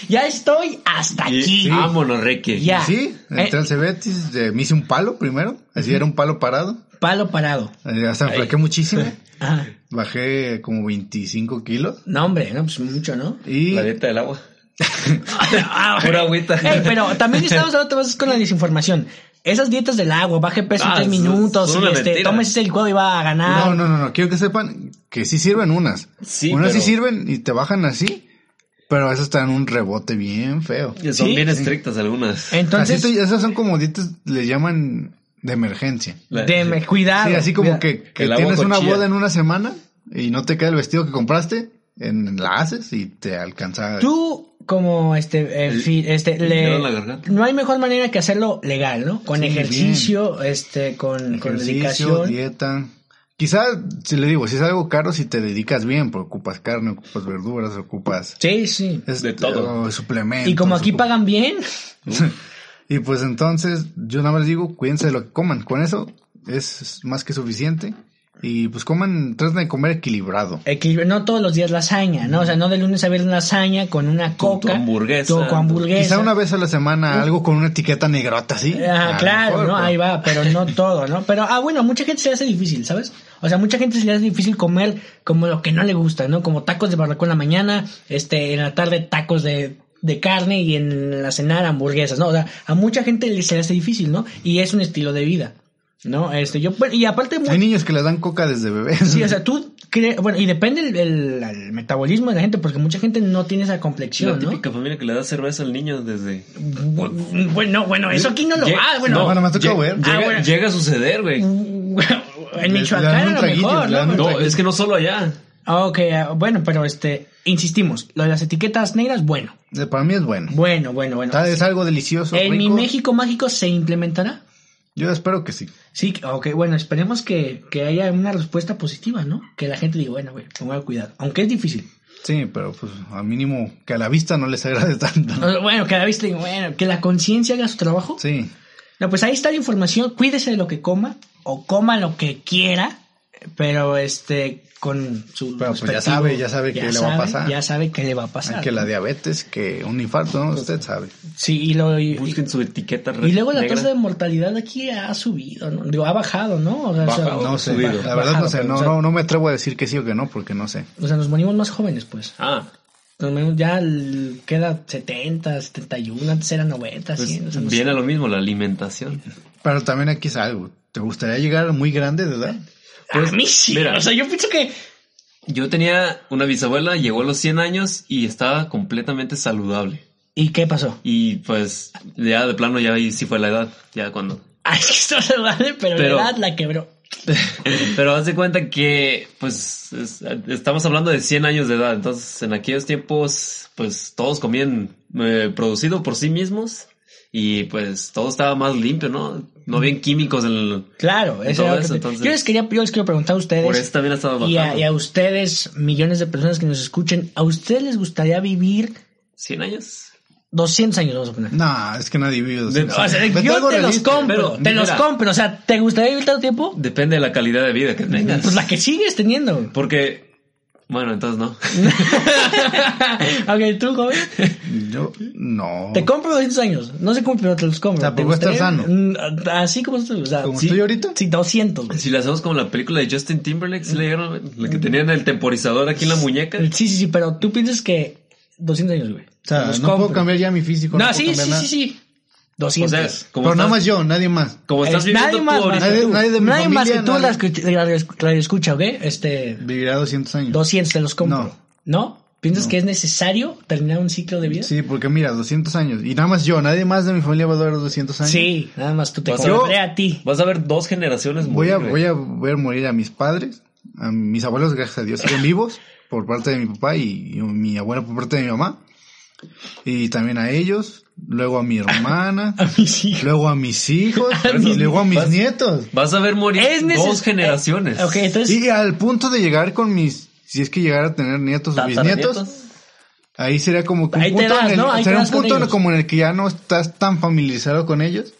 Ya estoy hasta
Y,
aquí.
sí. Vámonos, Ricky.
Ya.
sí, entré
Eh.
al Cebetis, eh, me hice un palo primero, así era un palo parado,
Palo parado. Ah.
eh, hasta flaqué muchísimo,
Ajá.
bajé como 25 kilos,
No, hombre, no, pues mucho, ¿no?
y
La dieta del agua. Pura agüita.
Ey, Ah, Eh, pero también estamos hablando otra vez con la desinformación. Esas dietas del agua, baje peso en
Ah,
tres
son-
minutos,
son una
y, este,
mentira.
tómese el licuado y va a ganar.
No, no, no, no. Quiero que sepan que sí sirven unas.
Sí,
unas sí
pero-
sirven y te bajan así, pero esas están un rebote bien feo.
Son
Sí. Eh,
bien estrictas algunas.
Entonces,
Así te- esas son como dietas, les llaman de emergencia.
La-
deme, cuidado.
Sí, así como
cuidado.
que, que
El agua
tienes
con
una
chía.
boda en una semana y no te queda el vestido que compraste, en, la haces y te alcanza.
Tú, como este, eh,
El-
fi- este,
el
le-
dedo en la garganta.
no hay mejor manera que hacerlo legal, ¿no? Con
Sí,
ejercicio, este, con, con
ejercicio,
dedicación.
dieta. Quizá, si le digo, si es algo caro, si te dedicas bien, porque ocupas carne, ocupas verduras, ocupas
Sí, sí.
este,
De todo.
o suplementos.
Y como aquí
ocupas-
pagan bien,
Y pues entonces, yo nada más les digo, cuídense de lo que coman. Con eso es más que suficiente. Y pues coman, traten de comer equilibrado.
equilibrio- no todos los días lasaña, ¿no? O sea, no de lunes a viernes lasaña con una
Con tu
coca.
hamburguesa.
tu- con hamburguesa.
Quizá una vez a la semana algo con una etiqueta negrota así.
Ah,
A lo
claro,
mejor,
¿no?
pero-
Ahí va, pero no todo, ¿no? Pero, ah, bueno, a mucha gente se le hace difícil, ¿sabes? O sea, mucha gente se le hace difícil comer como lo que no le gusta, ¿no? Como tacos de barbacoa en la mañana, este, en la tarde tacos de, de carne y en la cenar hamburguesas, ¿no? O sea, a mucha gente le- se le hace difícil, ¿no? Y es un estilo de vida, ¿no? Este, yo, bueno, y aparte... mu-
Hay niños que les dan coca desde bebés.
Sí, o sea, tú crees, bueno, y depende el, el- el metabolismo de la gente, porque mucha gente no tiene esa
La
complexión, ¿no?
típica familia que le da cerveza al niño desde...
Bueno, bueno, eso aquí no lo
Lle-
va, bueno.
No, bueno, me tocó
lle-
ver.
Llega,
Ah, bueno. Mm.
llega a suceder, güey.
en
Le- le
Michoacán
dan
a
un
lo
traguillo,
mejor,
le dan
¿no?
un
Pero-
No, es que no solo allá.
Ah, Ok, ah, bueno, pero este, insistimos, lo de las etiquetas negras, bueno,
Eh, Para mí es bueno.
bueno, bueno, bueno.
Tal es algo delicioso.
¿En mi
rico.
México mágico se implementará?
Yo espero que sí.
Sí, ok, bueno, esperemos que, que haya una respuesta positiva, ¿no? Que la gente diga, bueno, güey, ponga cuidado, aunque es difícil.
Sí, pero pues al mínimo que a la vista no les agrade tanto.
O- Bueno, que la vista diga, bueno, que la conciencia haga su trabajo.
Sí.
No, pues ahí está la información, cuídese de lo que coma o coma lo que quiera, pero este, con su...
Pero, pues, ya
respectivo-
sabe, ya sabe qué le va a pasar.
Ya sabe qué le va a pasar.
Hay que la diabetes, que un infarto, ¿no? Usted sabe.
Sí, y, lo, y,
Busquen su etiqueta
y luego la
negra.
tasa de mortalidad aquí ha subido, ¿no? Digo, ha bajado, ¿no? O sea,
Baja,
o sea,
No sé.
subido.
La verdad no
bajado,
sé.
pero,
No,
o sea,
no, no me atrevo a decir que sí o que no, porque no sé.
O sea, nos morimos más jóvenes, pues.
Ah,
Nos morimos ya el- queda 70, 71, antes era 90,
pues
100. o sea, no
viene
sé.
lo mismo, la alimentación.
Pero también aquí es algo. ¿Te gustaría llegar muy grande de edad?
a
Pues,
mí sí.
mira.
O sea, yo pienso que...
Yo tenía una bisabuela, llegó a los 100 años y estaba completamente saludable.
¿Y qué pasó?
Y pues ya de plano ya ahí sí fue la edad, ya cuando.
Ay, esto se vale, pero,
Pero-
la edad la quebró.
Pero haz de cuenta que pues es- estamos hablando de 100 años de edad, entonces en aquellos tiempos pues todos comían eh, producido por sí mismos y pues todo estaba más limpio, ¿no? No habían químicos en el...
Claro, eso era
Todo
lo que
eso,
te-
entonces-
yo les quería, yo les quiero preguntar a ustedes.
Por eso también ha estado
y a, y
bajando.
a ustedes, millones de personas que nos escuchen, ¿a ustedes les gustaría vivir
100 años.
200 años, vamos a poner?
No, es que no ha vivido.
De-
O sea,
Vete
yo
algo
te los
realista.
compro,
Pero,
te los
mira.
compro. O sea, ¿te gustaría vivir tanto tiempo?
Depende de la calidad de vida que tengas.
Pues la que sigues teniendo. güey.
Porque, bueno, entonces no.
ok, tú, joven,
Yo, no.
te compro 200 años. No sé cómo, pero te los compro.
O sea,
¿Te
porque voy a estar
gustaría-
sano.
Mm, Así como tú, o sea,
Como
sí,
estoy ahorita.
sí, 200. güey.
Si le hacemos como la película de Justin Timberlake, ¿sí le dieron la que tenían el temporizador aquí en la muñeca.
Sí, sí, sí, pero tú piensas que 200 años, güey.
O sea,
Te los
no puedo
compro.
cambiar ya mi físico.
No,
puedo
sí,
cambiar
sí,
nada.
sí, sí.
O
200.
sea, como
Pero nada
estás,
más yo, nadie más.
como estás
Es-
viviendo
nadie
tú
más,
ahorita.
más que
Nadie-
tú.
nadie de mi
Nadie más que
familia,
tú
nadie.
las que la radio, escucha, ¿ok? Este,
Vivirá 200 años.
200 te los compro. ¿No? ¿Piensas
No.
que es necesario terminar un ciclo de vida?
Sí, porque mira, 200 años. Y nada más yo, nadie más de mi familia va a durar 200 años.
Sí, nada más tú te
Vas a-
compré a ti.
Vas a ver dos generaciones
Voy a,
morir,
voy
güey.
a ver morir a mis padres, a mis abuelos, gracias a Dios, siguen vivos por parte de mi papá y, y mi abuela por parte de mi mamá. Y también a ellos, luego a mi hermana,
A mis hijos.
luego a mis hijos,
A mis-
y luego a mis
Vas-
nietos.
Vas a ver morir
Es neces-
dos generaciones.
Eh, ok, entonces.
Y al punto de llegar con mis, si es que llegara a tener nietos o bisnietos,
Tataranietos.
ahí sería como que un
Ahí te
punto,
das,
en el,
¿no? Ahí te
sería un
das con
punto en-
ellos.
como en el que ya no estás tan familiarizado con ellos.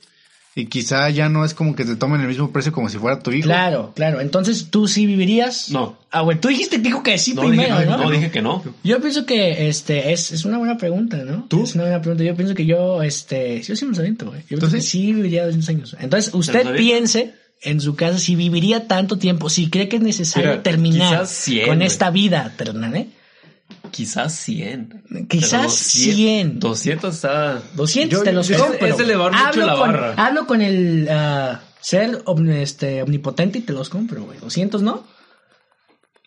Y quizá ya no es como que te tomen el mismo precio como si fuera tu hijo.
Claro, claro. Entonces tú sí vivirías.
No.
Ah, güey, tú dijiste que dijo que sí
No,
primero,
dije,
¿no?
no, dije que no.
Yo pienso que este es, es una buena pregunta, ¿no?
¿Tú?
Es una buena pregunta. Yo pienso que yo, este, yo sí me los aviento, güey. Yo
¿Tú
pienso que
sí?
sí viviría 200 años. Entonces,
los
usted
avientas?
piense en su casa si viviría tanto tiempo, si cree que es necesario
Mira,
terminar
quizás 100,
con
güey.
esta vida terrenal, ¿eh?
quizás 100.
Quizás
Pero
100.
200 está...
200
Yo-
te los
es-
compro.
es elevar mucho
hablo
la
con,
barra.
Hablo con el ah, ser om- este, omnipotente y te los compro, güey. 200, ¿no?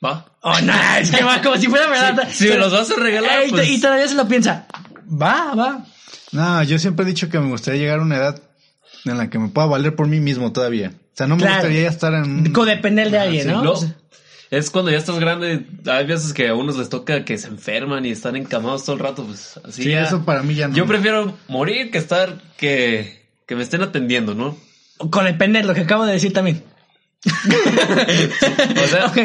Va.
Oh, no, es que va como si fuera verdad.
Si me los vas a regalar,
Ey, y,
pues-
y todavía se lo piensa. Va, va.
No, yo siempre he dicho que me gustaría llegar a una edad en la que me pueda valer por mí mismo todavía. O sea, no me
Claro.
gustaría ya estar en... un-
Codepender de alguien,
Mm. Ah, Sí,
¿no? pues,
no.
O sea,
Es cuando ya estás grande, hay veces que a unos les toca que se enferman y están encamados todo el rato, pues así
Sí,
ya-
eso para mí ya no.
Yo prefiero morir que estar, que, que me estén atendiendo, ¿no?
Codepender, lo que acabo de decir también.
O sea,
Ok.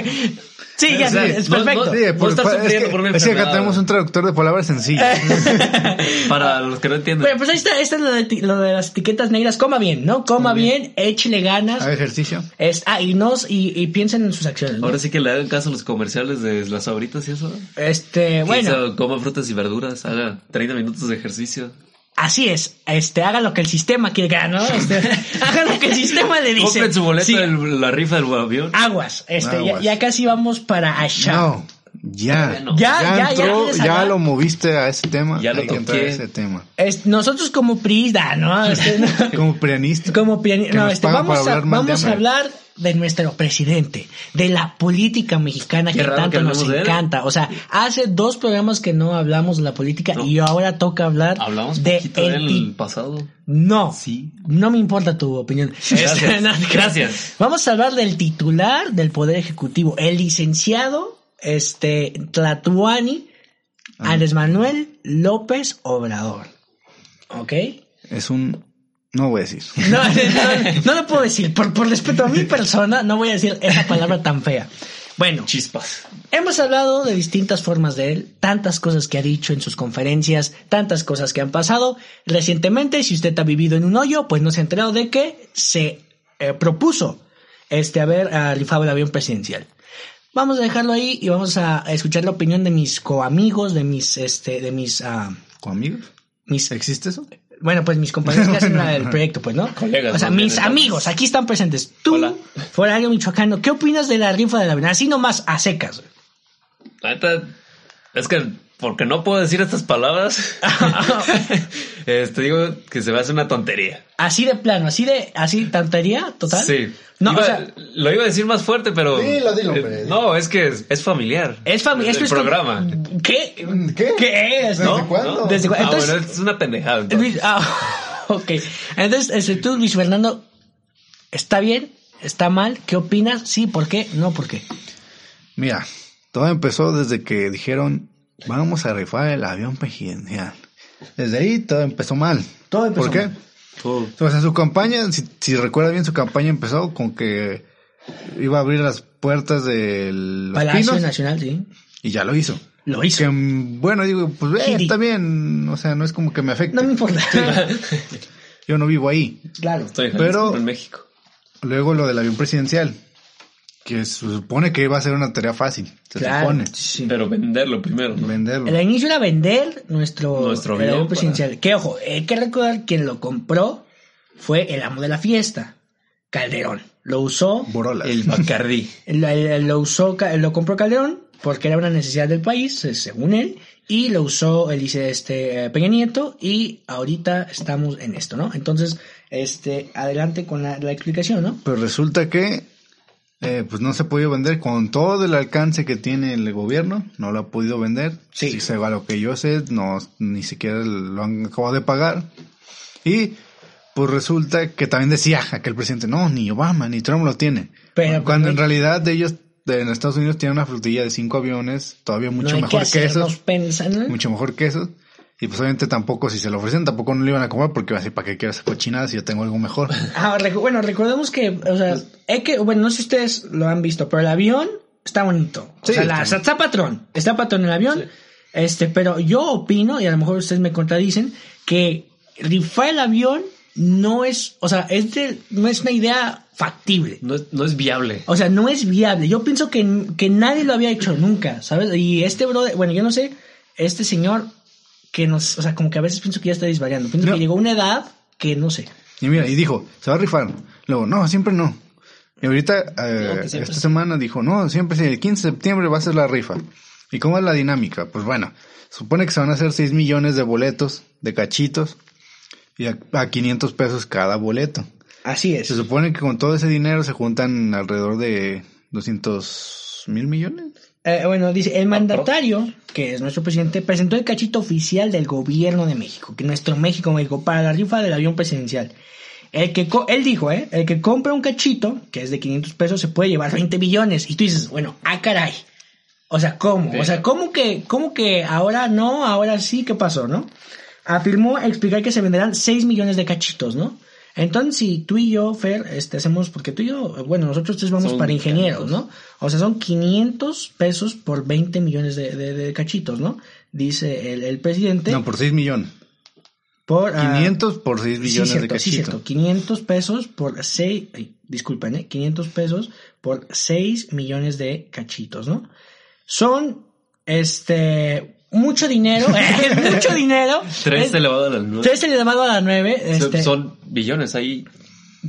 Sí, ya,
O sea,
es
no-
perfecto.
no-
Sí,
Voy a estar
es
sufriendo
que-
por una
Es que acá
enfermedad.
tenemos un traductor de palabras sencillas.
para los que no entienden.
Bueno, pues ahí está, esto es lo de, ti- lo de las etiquetas negras. Coma bien, ¿no? Coma bien, échele ganas.
Haga ejercicio.
Es, ah, y, no, y, y piensen en sus acciones. ¿no?
Ahora sí que le hagan caso a los comerciales de las sabritas y eso. ¿no?
Este, bueno,
Que se coma frutas y verduras, haga 30 minutos de ejercicio.
así es. Este, haga lo que el sistema quiere que haga, ¿no? Este, haga lo que el sistema le dice.
Compren su boleto
Sí,
de la rifa del avión.
Aguas. Este, ya-
Aguas.
Ya, casi vamos para allá.
No, ya.
Bueno.
Ya, ya, ya
entró,
vienes
ya,
acá.
lo moviste a ese tema.
Ya lo
Hay que entrar a
toqué.
ese tema.
Es- nosotros como priisda, ¿no? Este, no.
Como pianista.
Como piani-
Que
No,
nos
este,
pagan
vamos,
para
a,
hablar mal de
vamos a
AMLO.
hablar de nuestro presidente, de la política mexicana
Qué
que
raro
tanto
que
nos
hablemos de él.
encanta. O sea, hace dos programas que no hablamos de la política
No.
y ahora toca hablar
Hablamos
de
poquito del
eti-
pasado.
No,
Sí.
no me importa tu opinión.
Gracias.
Este, No, no,
Gracias.
Vamos a hablar del titular del Poder Ejecutivo, el licenciado este Tlatuani Andrés Manuel López Obrador. ¿Ok?
Es un... No voy a decir.
No, no, no lo puedo decir. Por, por respeto a mi persona, no voy a decir esa palabra tan fea. Bueno,
Chispas.
hemos hablado de distintas formas de él, tantas cosas que ha dicho en sus conferencias, tantas cosas que han pasado. Recientemente, si usted ha vivido en un hoyo, pues no se ha enterado de que se eh, propuso este haber ah, rifado el avión presidencial. Vamos a dejarlo ahí y vamos a escuchar la opinión de mis coamigos, de mis, este, de mis, ah,
¿Con amigos?
mis
¿Existe eso?
bueno, pues mis compañeros que hacen la del proyecto, pues, ¿no?
Colegas,
O sea,
más bien,
mis
entonces.
amigos, aquí están presentes. Tú,
Hola.
Forario Michoacano, ¿qué opinas de la rifa de la avión? Así nomás, a secas. güey.
La neta, es que porque no puedo decir estas palabras, este, digo que se me hace una tontería.
Así de plano, así de, así, tantería total.
Sí.
No,
Iba-
o sea,
lo iba a decir más fuerte, pero.
Dilo, dilo,
eh,
hombre.
No, es que es, es familiar.
es familia.
El,
esto es como-
programa.
¿Qué?
¿Qué?
¿Qué es, no?
¿Desde cuándo?
¿Desde cuándo?
Ah,
Entonces-
bueno, es una pendejada. entonces.
Luis, ah, ok. Entonces, este, tú, Luis Fernando, ¿está bien? ¿Está mal? ¿Qué opinas? Sí, ¿por qué? No, ¿por qué?
Mira, todo empezó desde que dijeron, vamos a rifar el avión presidencial. Desde ahí todo empezó mal.
Todo empezó
¿Por qué?
mal.
Tú,
O sea, su campaña, si, si recuerdas bien, su campaña empezó con que iba a abrir las puertas de los
Palacio
Pinos,
Nacional, sí.
y ya lo hizo.
Lo hizo.
Que, mm, bueno, digo, pues eh,
Giri.
está bien, o sea, no es como que me afecte.
No me importa.
Yo no vivo ahí.
claro.
estoy en
Pero-
Jalisco, en México.
Luego lo del avión presidencial, que se supone que iba a ser una tarea fácil, se
Claro,
supone,
sí.
Pero venderlo primero. ¿no?
venderlo.
El inicio era vender nuestro,
Nuestro
el
avión
avión
para-
presidencial. Que ojo, hay que recordar quien lo compró fue el amo de la fiesta, Calderón. Lo usó,
Borolas.
El Bacardí.
lo, lo usó, Ca- lo compró Calderón porque era una necesidad del país, eh, según él, y lo usó el dice este eh, Peña Nieto y ahorita estamos en esto, ¿no? Entonces, este, adelante con la, la explicación, ¿no?
Pero Pues resulta que eh, pues no se ha podido vender con todo el alcance que tiene el gobierno, no lo ha podido vender.
Sí.
Si se va lo que yo sé, no ni siquiera lo han acabado de pagar. Y pues resulta que también decía aquel presidente, no, ni Obama ni Trump lo tiene.
Pero- pues,
Cuando en
pero-
realidad ellos eh, en Estados Unidos tienen una flotilla de cinco aviones, todavía mucho
no hay
mejor que,
hacernos
esos,
pensar, ¿no?
mucho mejor que esos. Y pues obviamente tampoco, si se lo ofrecen, tampoco no lo iban a comprar porque iban a decir, ¿para qué quiero esa cochinada si yo tengo algo mejor?
Ah, recu- bueno, recordemos que, o sea, hay que, bueno, no sé si ustedes lo han visto, pero el avión está bonito. O
Sí,
sea, la-
está
está, patrón, está patrón el avión. Este, pero yo opino, y a lo mejor ustedes me contradicen, que rifar el avión no es, o sea, es de- no es una idea factible.
No es, no es viable.
O sea, no es viable. Yo pienso que, que nadie lo había hecho nunca, ¿sabes? Y este brother, bueno, yo no sé, este señor que nos, o sea, como que a veces pienso que ya está disvariando. Pienso
No.
que llegó a una edad que no sé.
Y mira, y dijo, se va a rifar. Luego, no, siempre no. Y ahorita, eh,
que siempre
esta
sí.
semana dijo, no, siempre sí, el 15 de septiembre va a ser la rifa. ¿Y cómo es la dinámica? Pues bueno, supone que se van a hacer 6 millones de boletos, de cachitos, y a, a 500 pesos cada boleto.
Así
Se
es.
supone que con todo ese dinero se juntan alrededor de 200 mil millones.
Eh, bueno, dice, el mandatario, que es nuestro presidente, presentó el cachito oficial del gobierno de México, que nuestro México, México, para la rifa del avión presidencial. El que co- él dijo, ¿eh? El que compra un cachito, que es de 500 pesos, se puede llevar 20 billones. Y tú dices, bueno, ah, caray. O sea, ¿cómo? O sea, ¿cómo que, cómo que ahora no, ahora sí, qué pasó, no? Afirmó explicar que se venderán 6 millones de cachitos, ¿no? Entonces, si tú y yo, Fer, este, hacemos, porque tú y yo, bueno, nosotros tres vamos
Son
para ingenieros, ¿no? O sea, son 500 pesos por 20 millones de, de- de cachitos, ¿no? Dice el, el presidente.
No, por 6 millones.
por, ah,
500 por 6
Sí,
millones de
cierto, sí,
cachitos.
cierto. 500 pesos por 6, disculpen, ¿eh? 500 pesos por 6 millones de cachitos, ¿no? Son, este, mucho dinero, es mucho dinero.
Tres
Es-
elevado a las nueve.
tres elevado a la 9,
Son-
este,
Son billones ahí.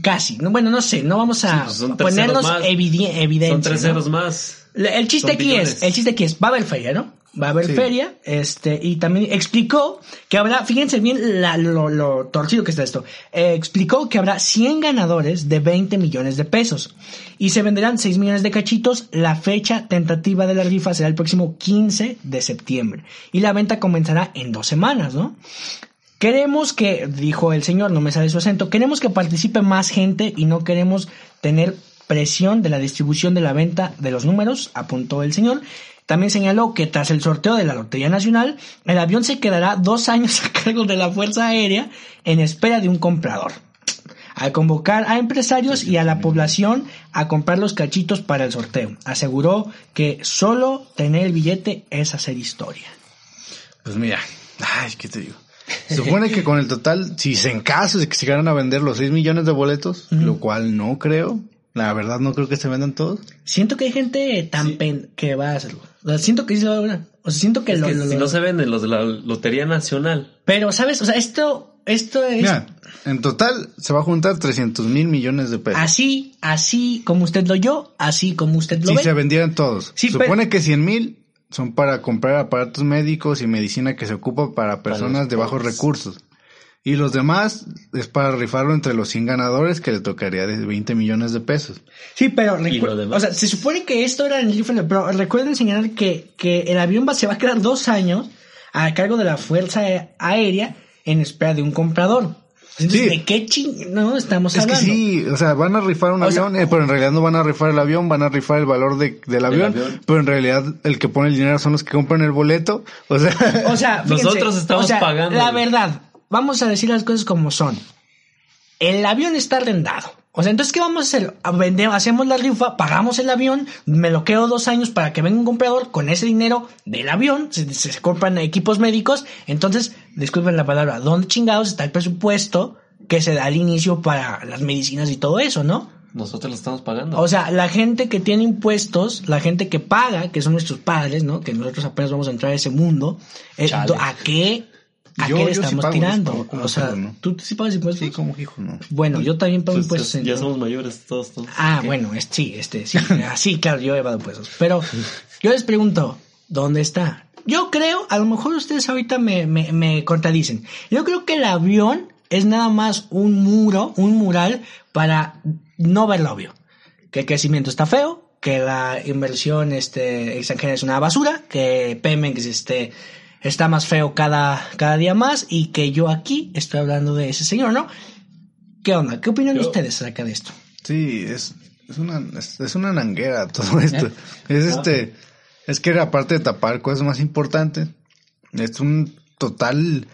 casi. No, Bueno, no sé, no vamos
Sí,
a
pues son tres ceros
ponernos
más.
evide- evidencia.
Son tres
¿no?
ceros más.
Le- El chiste
Son
aquí
billones.
es, el chiste aquí es, va a haber feria, ¿no? Va a haber
Sí.
feria, este, y también explicó que habrá, fíjense bien la- lo, lo torcido que está esto, Eh, explicó que habrá 100 ganadores de 20 millones de pesos y se venderán 6 millones de cachitos, la fecha tentativa de la rifa será el próximo 15 de septiembre y la venta comenzará en dos semanas, ¿no? Queremos que, dijo el señor, no me sale su acento, queremos que participe más gente y no queremos tener presión de la distribución de la venta de los números, apuntó el señor. También señaló que tras el sorteo de la Lotería Nacional, el avión se quedará dos años a cargo de la Fuerza Aérea en espera de un comprador. Al convocar a empresarios y a la población a comprar los cachitos para el sorteo, aseguró que solo tener el billete es hacer historia.
Pues mira, ay, ¿qué te digo? Se supone que con el total, si se en caso de que se llegaran a vender los 6 millones de boletos, lo cual no creo, la verdad no creo que se vendan todos.
Siento que hay gente tan pen- que va a hacerlo. O sea, siento que sí se va a lograr. O sea, siento que
Es
lo,
que
lo-
si
lo-
no se venden los de la Lotería Nacional.
Pero, ¿sabes? O sea, esto, esto es
Mira, en total se va a juntar 300 mil millones de pesos.
así, así como usted lo oyó, así como usted lo
Si
ve.
se vendieran todos.
Sí,
Se
pero-
supone que 100 mil son para comprar aparatos médicos y medicina que se ocupa para personas de bajos
pobres.
recursos. Y los demás es para rifarlo entre los 100 ganadores que le tocaría de 20 millones de pesos.
Sí, pero
Y lo
recu-
demás.
o sea, se supone que esto era en el rifle, pero recuerden señalar que, que el avión va, se va a quedar dos años a cargo de la Fuerza Aérea en espera de un comprador. Entonces,
Sí.
¿de qué ching... no estamos
Es que
hablando?
sí, o sea, van a rifar un
O sea,
avión, eh, pero en realidad no van a rifar el avión, van a rifar el valor de- del avión,
avión.
pero en realidad el que pone el dinero son los que compran el boleto, o sea,
O sea, fíjense,
Nosotros estamos
o sea,
pagando.
La verdad, vamos a decir las cosas como son. El avión está arrendado. O sea, entonces, ¿qué vamos a hacer? A vender- hacemos la rifa, pagamos el avión, me lo quedo dos años para que venga un comprador con ese dinero del avión, se, se- se compran equipos médicos. Entonces, disculpen la palabra, ¿dónde chingados está el presupuesto que se da al inicio para las medicinas y todo eso, no?
Nosotros lo estamos pagando.
O sea, la gente que tiene impuestos, la gente que paga, que son nuestros padres, ¿no? Que nosotros apenas vamos a entrar a ese mundo. eh,
Chale.
¿A qué, a
Yo-
qué le
yo sí
estamos
pago, yo sí
tirando?
pago como
o sea,
perro, ¿no?
¿tú sí pagas impuestos?
sí, como hijo, no.
Bueno, yo también pago
Pues,
impuestos.
ya, ya
entonces.
somos mayores todos. ¿no?
Ah, bueno, es, sí, este, sí. Así, claro, yo he evado impuestos. Pero yo les pregunto, ¿dónde está? Yo creo, a lo mejor ustedes ahorita me, me, me contradicen. Yo creo que el avión es nada más un muro, un mural para no verlo obvio. Que el crecimiento está feo, que la inversión este, extranjera es una basura, que Pemex este, está más feo cada, cada día más y que yo aquí estoy hablando de ese señor, ¿no? ¿Qué onda? ¿Qué opinan
Yo-
ustedes acerca de esto?
Sí, es, es una es, es una nanguera todo esto. Es
Ah,
este es que aparte de tapar cosas más importantes, es un total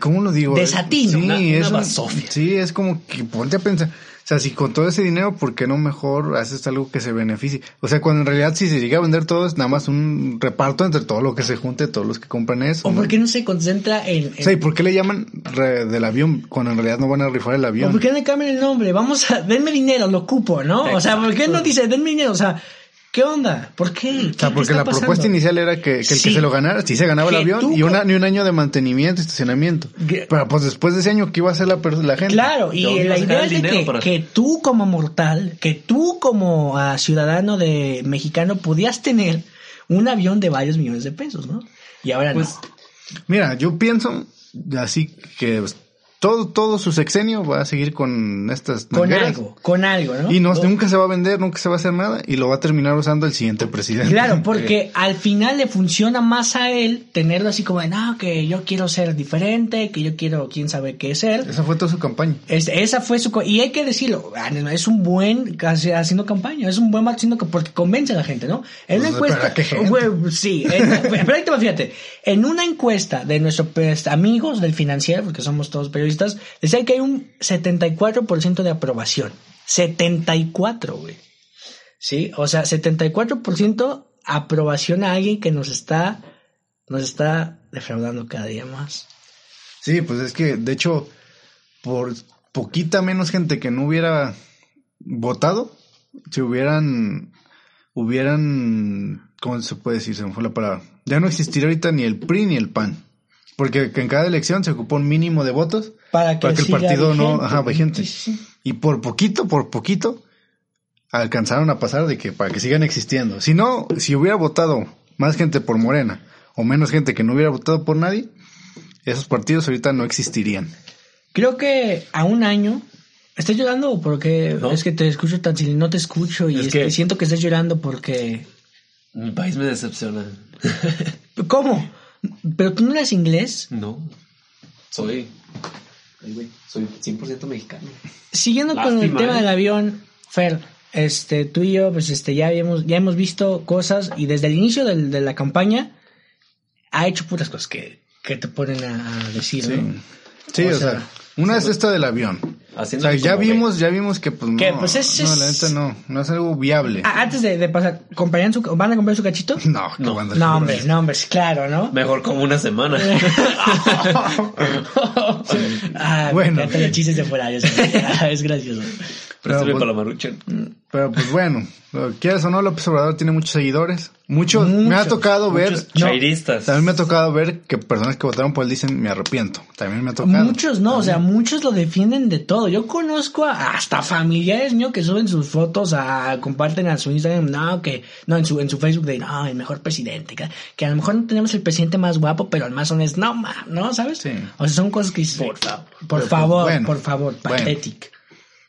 ¿Cómo lo digo?
Desatino,
Sí,
una-
es
una
un-
basofia.
Sí, es como que ponte a pensar. O sea, si con todo ese dinero, ¿por qué no mejor haces algo que se beneficie? O sea, cuando en realidad si se llega a vender todo es nada más un reparto entre todo lo que se junte, todos los que compran eso.
¿O
¿no?
por qué no se concentra en...
O
en-
sea, ¿y por qué le llaman re- del avión cuando en realidad no van a rifar el
¿O
avión?
por qué no le cambian el nombre? Vamos a... Denme dinero, lo ocupo, ¿no? O sea, ¿por qué no dice denme dinero? O sea, ¿qué onda? ¿Por qué?
O sea, porque la propuesta inicial era que, que el
Sí.
que se lo ganara, sí se ganaba el
Que tú
avión y,
co-
una, ni un año de mantenimiento, estacionamiento.
Que-
Pero pues después de ese año, ¿qué iba a hacer la, per- la gente?
Claro,
Yo
y
iba a
la
sacar
idea
el
es de
dinero
que,
para-
que tú como mortal, que tú como ah, ciudadano de mexicano podías tener un avión de varios millones de pesos, ¿no? Y ahora
Pues,
no.
Mira, yo pienso así que pues, todo, todo su sexenio va a seguir con estas
Con
mangueras.
algo, con algo, ¿no?
Y no,
O-
nunca se va a vender, nunca se va a hacer nada y lo va a terminar usando el siguiente presidente.
Claro, porque al final le funciona más a él tenerlo así como de, no, que yo quiero ser diferente, que yo quiero quién sabe qué ser.
Esa fue toda su campaña.
Este, esa fue su... co- Y hay que decirlo, ah, es un buen casi haciendo campaña, es un buen mal haciendo ca- porque convence a la gente, ¿no? En una
Pues,
encuesta...
¿para qué gente?
Güey, sí, en- pero ahí te va, fíjate. En una encuesta de nuestros pues, amigos del financiero, porque somos todos periodistas, decía que hay un 74% de aprobación. 74, güey. Sí, o sea, 74% aprobación a alguien que nos está, nos está defraudando cada día más.
Sí, pues es que, de hecho, por poquita menos gente que no hubiera votado, si hubieran, hubieran, ¿cómo se puede decir? Se me fue la palabra. Ya no existiría ahorita ni el PRI ni el PAN. Porque en cada elección se ocupó un mínimo de votos
Para que,
Para que el
siga
partido no- ajá, vigente.
Sí, sí.
y por poquito, por poquito, alcanzaron a pasar de que para que sigan existiendo. Si no, si hubiera votado más gente por Morena o menos gente que no hubiera votado por nadie, esos partidos ahorita no existirían.
Creo que a un año... ¿Estás llorando porque
No.
es que te escucho tan silencio? No te escucho y
Es
este,
que-
siento que estás llorando porque...
Mi país me decepciona.
¿Cómo? ¿Pero tú no eres inglés?
No. Soy. Ay, güey, Soy 100% mexicano.
Siguiendo con el
Lástima,
tema
¿eh?
del avión, Fer, este, tú y yo, pues este, ya habíamos, ya hemos visto cosas y desde el inicio del- de la campaña ha hecho puras cosas que, que te ponen a decir, ¿no?
Sí,
O
o sea,
sea,
una es esta del avión. O
Haciendo
sea, ya
como
vimos, ya vimos que pues
Que,
no,
pues, es-
no,
es-
la neta no, no es algo viable.
Ah, antes de, de pasar, ¿comprarían su, ¿van a comprar su cachito?
No, qué
No.
banda de
No,
cabrones.
hombre, no, hombre, sí, claro,
que-
¿no?
Mejor como una semana.
Ah,
Bueno.
bueno. los chistes de fuera, yo sé. Ah, es gracioso.
Préstame
pues-
para la marucha.
Pero pues bueno, lo que quieras o no, López Obrador tiene muchos seguidores. Muchos, me ha
Muchos,
tocado ver,
Muchos chairistas.
también me ha tocado ver que personas que votaron por él dicen me arrepiento. También me ha tocado.
Muchos no, o sea, muchos lo defienden de todo. Yo conozco a- hasta familiares míos que suben sus fotos, a, comparten a su Instagram, no, que, no, en su, en su Facebook de, no, el mejor presidente, que, que a lo mejor no tenemos el presidente más guapo, pero el más honesto, no, ma, ¿no? ¿Sabes?
Sí.
O sea, son cosas que dices, por favor, por
Pero,
favor,
bueno,
por favor,
bueno.
patético.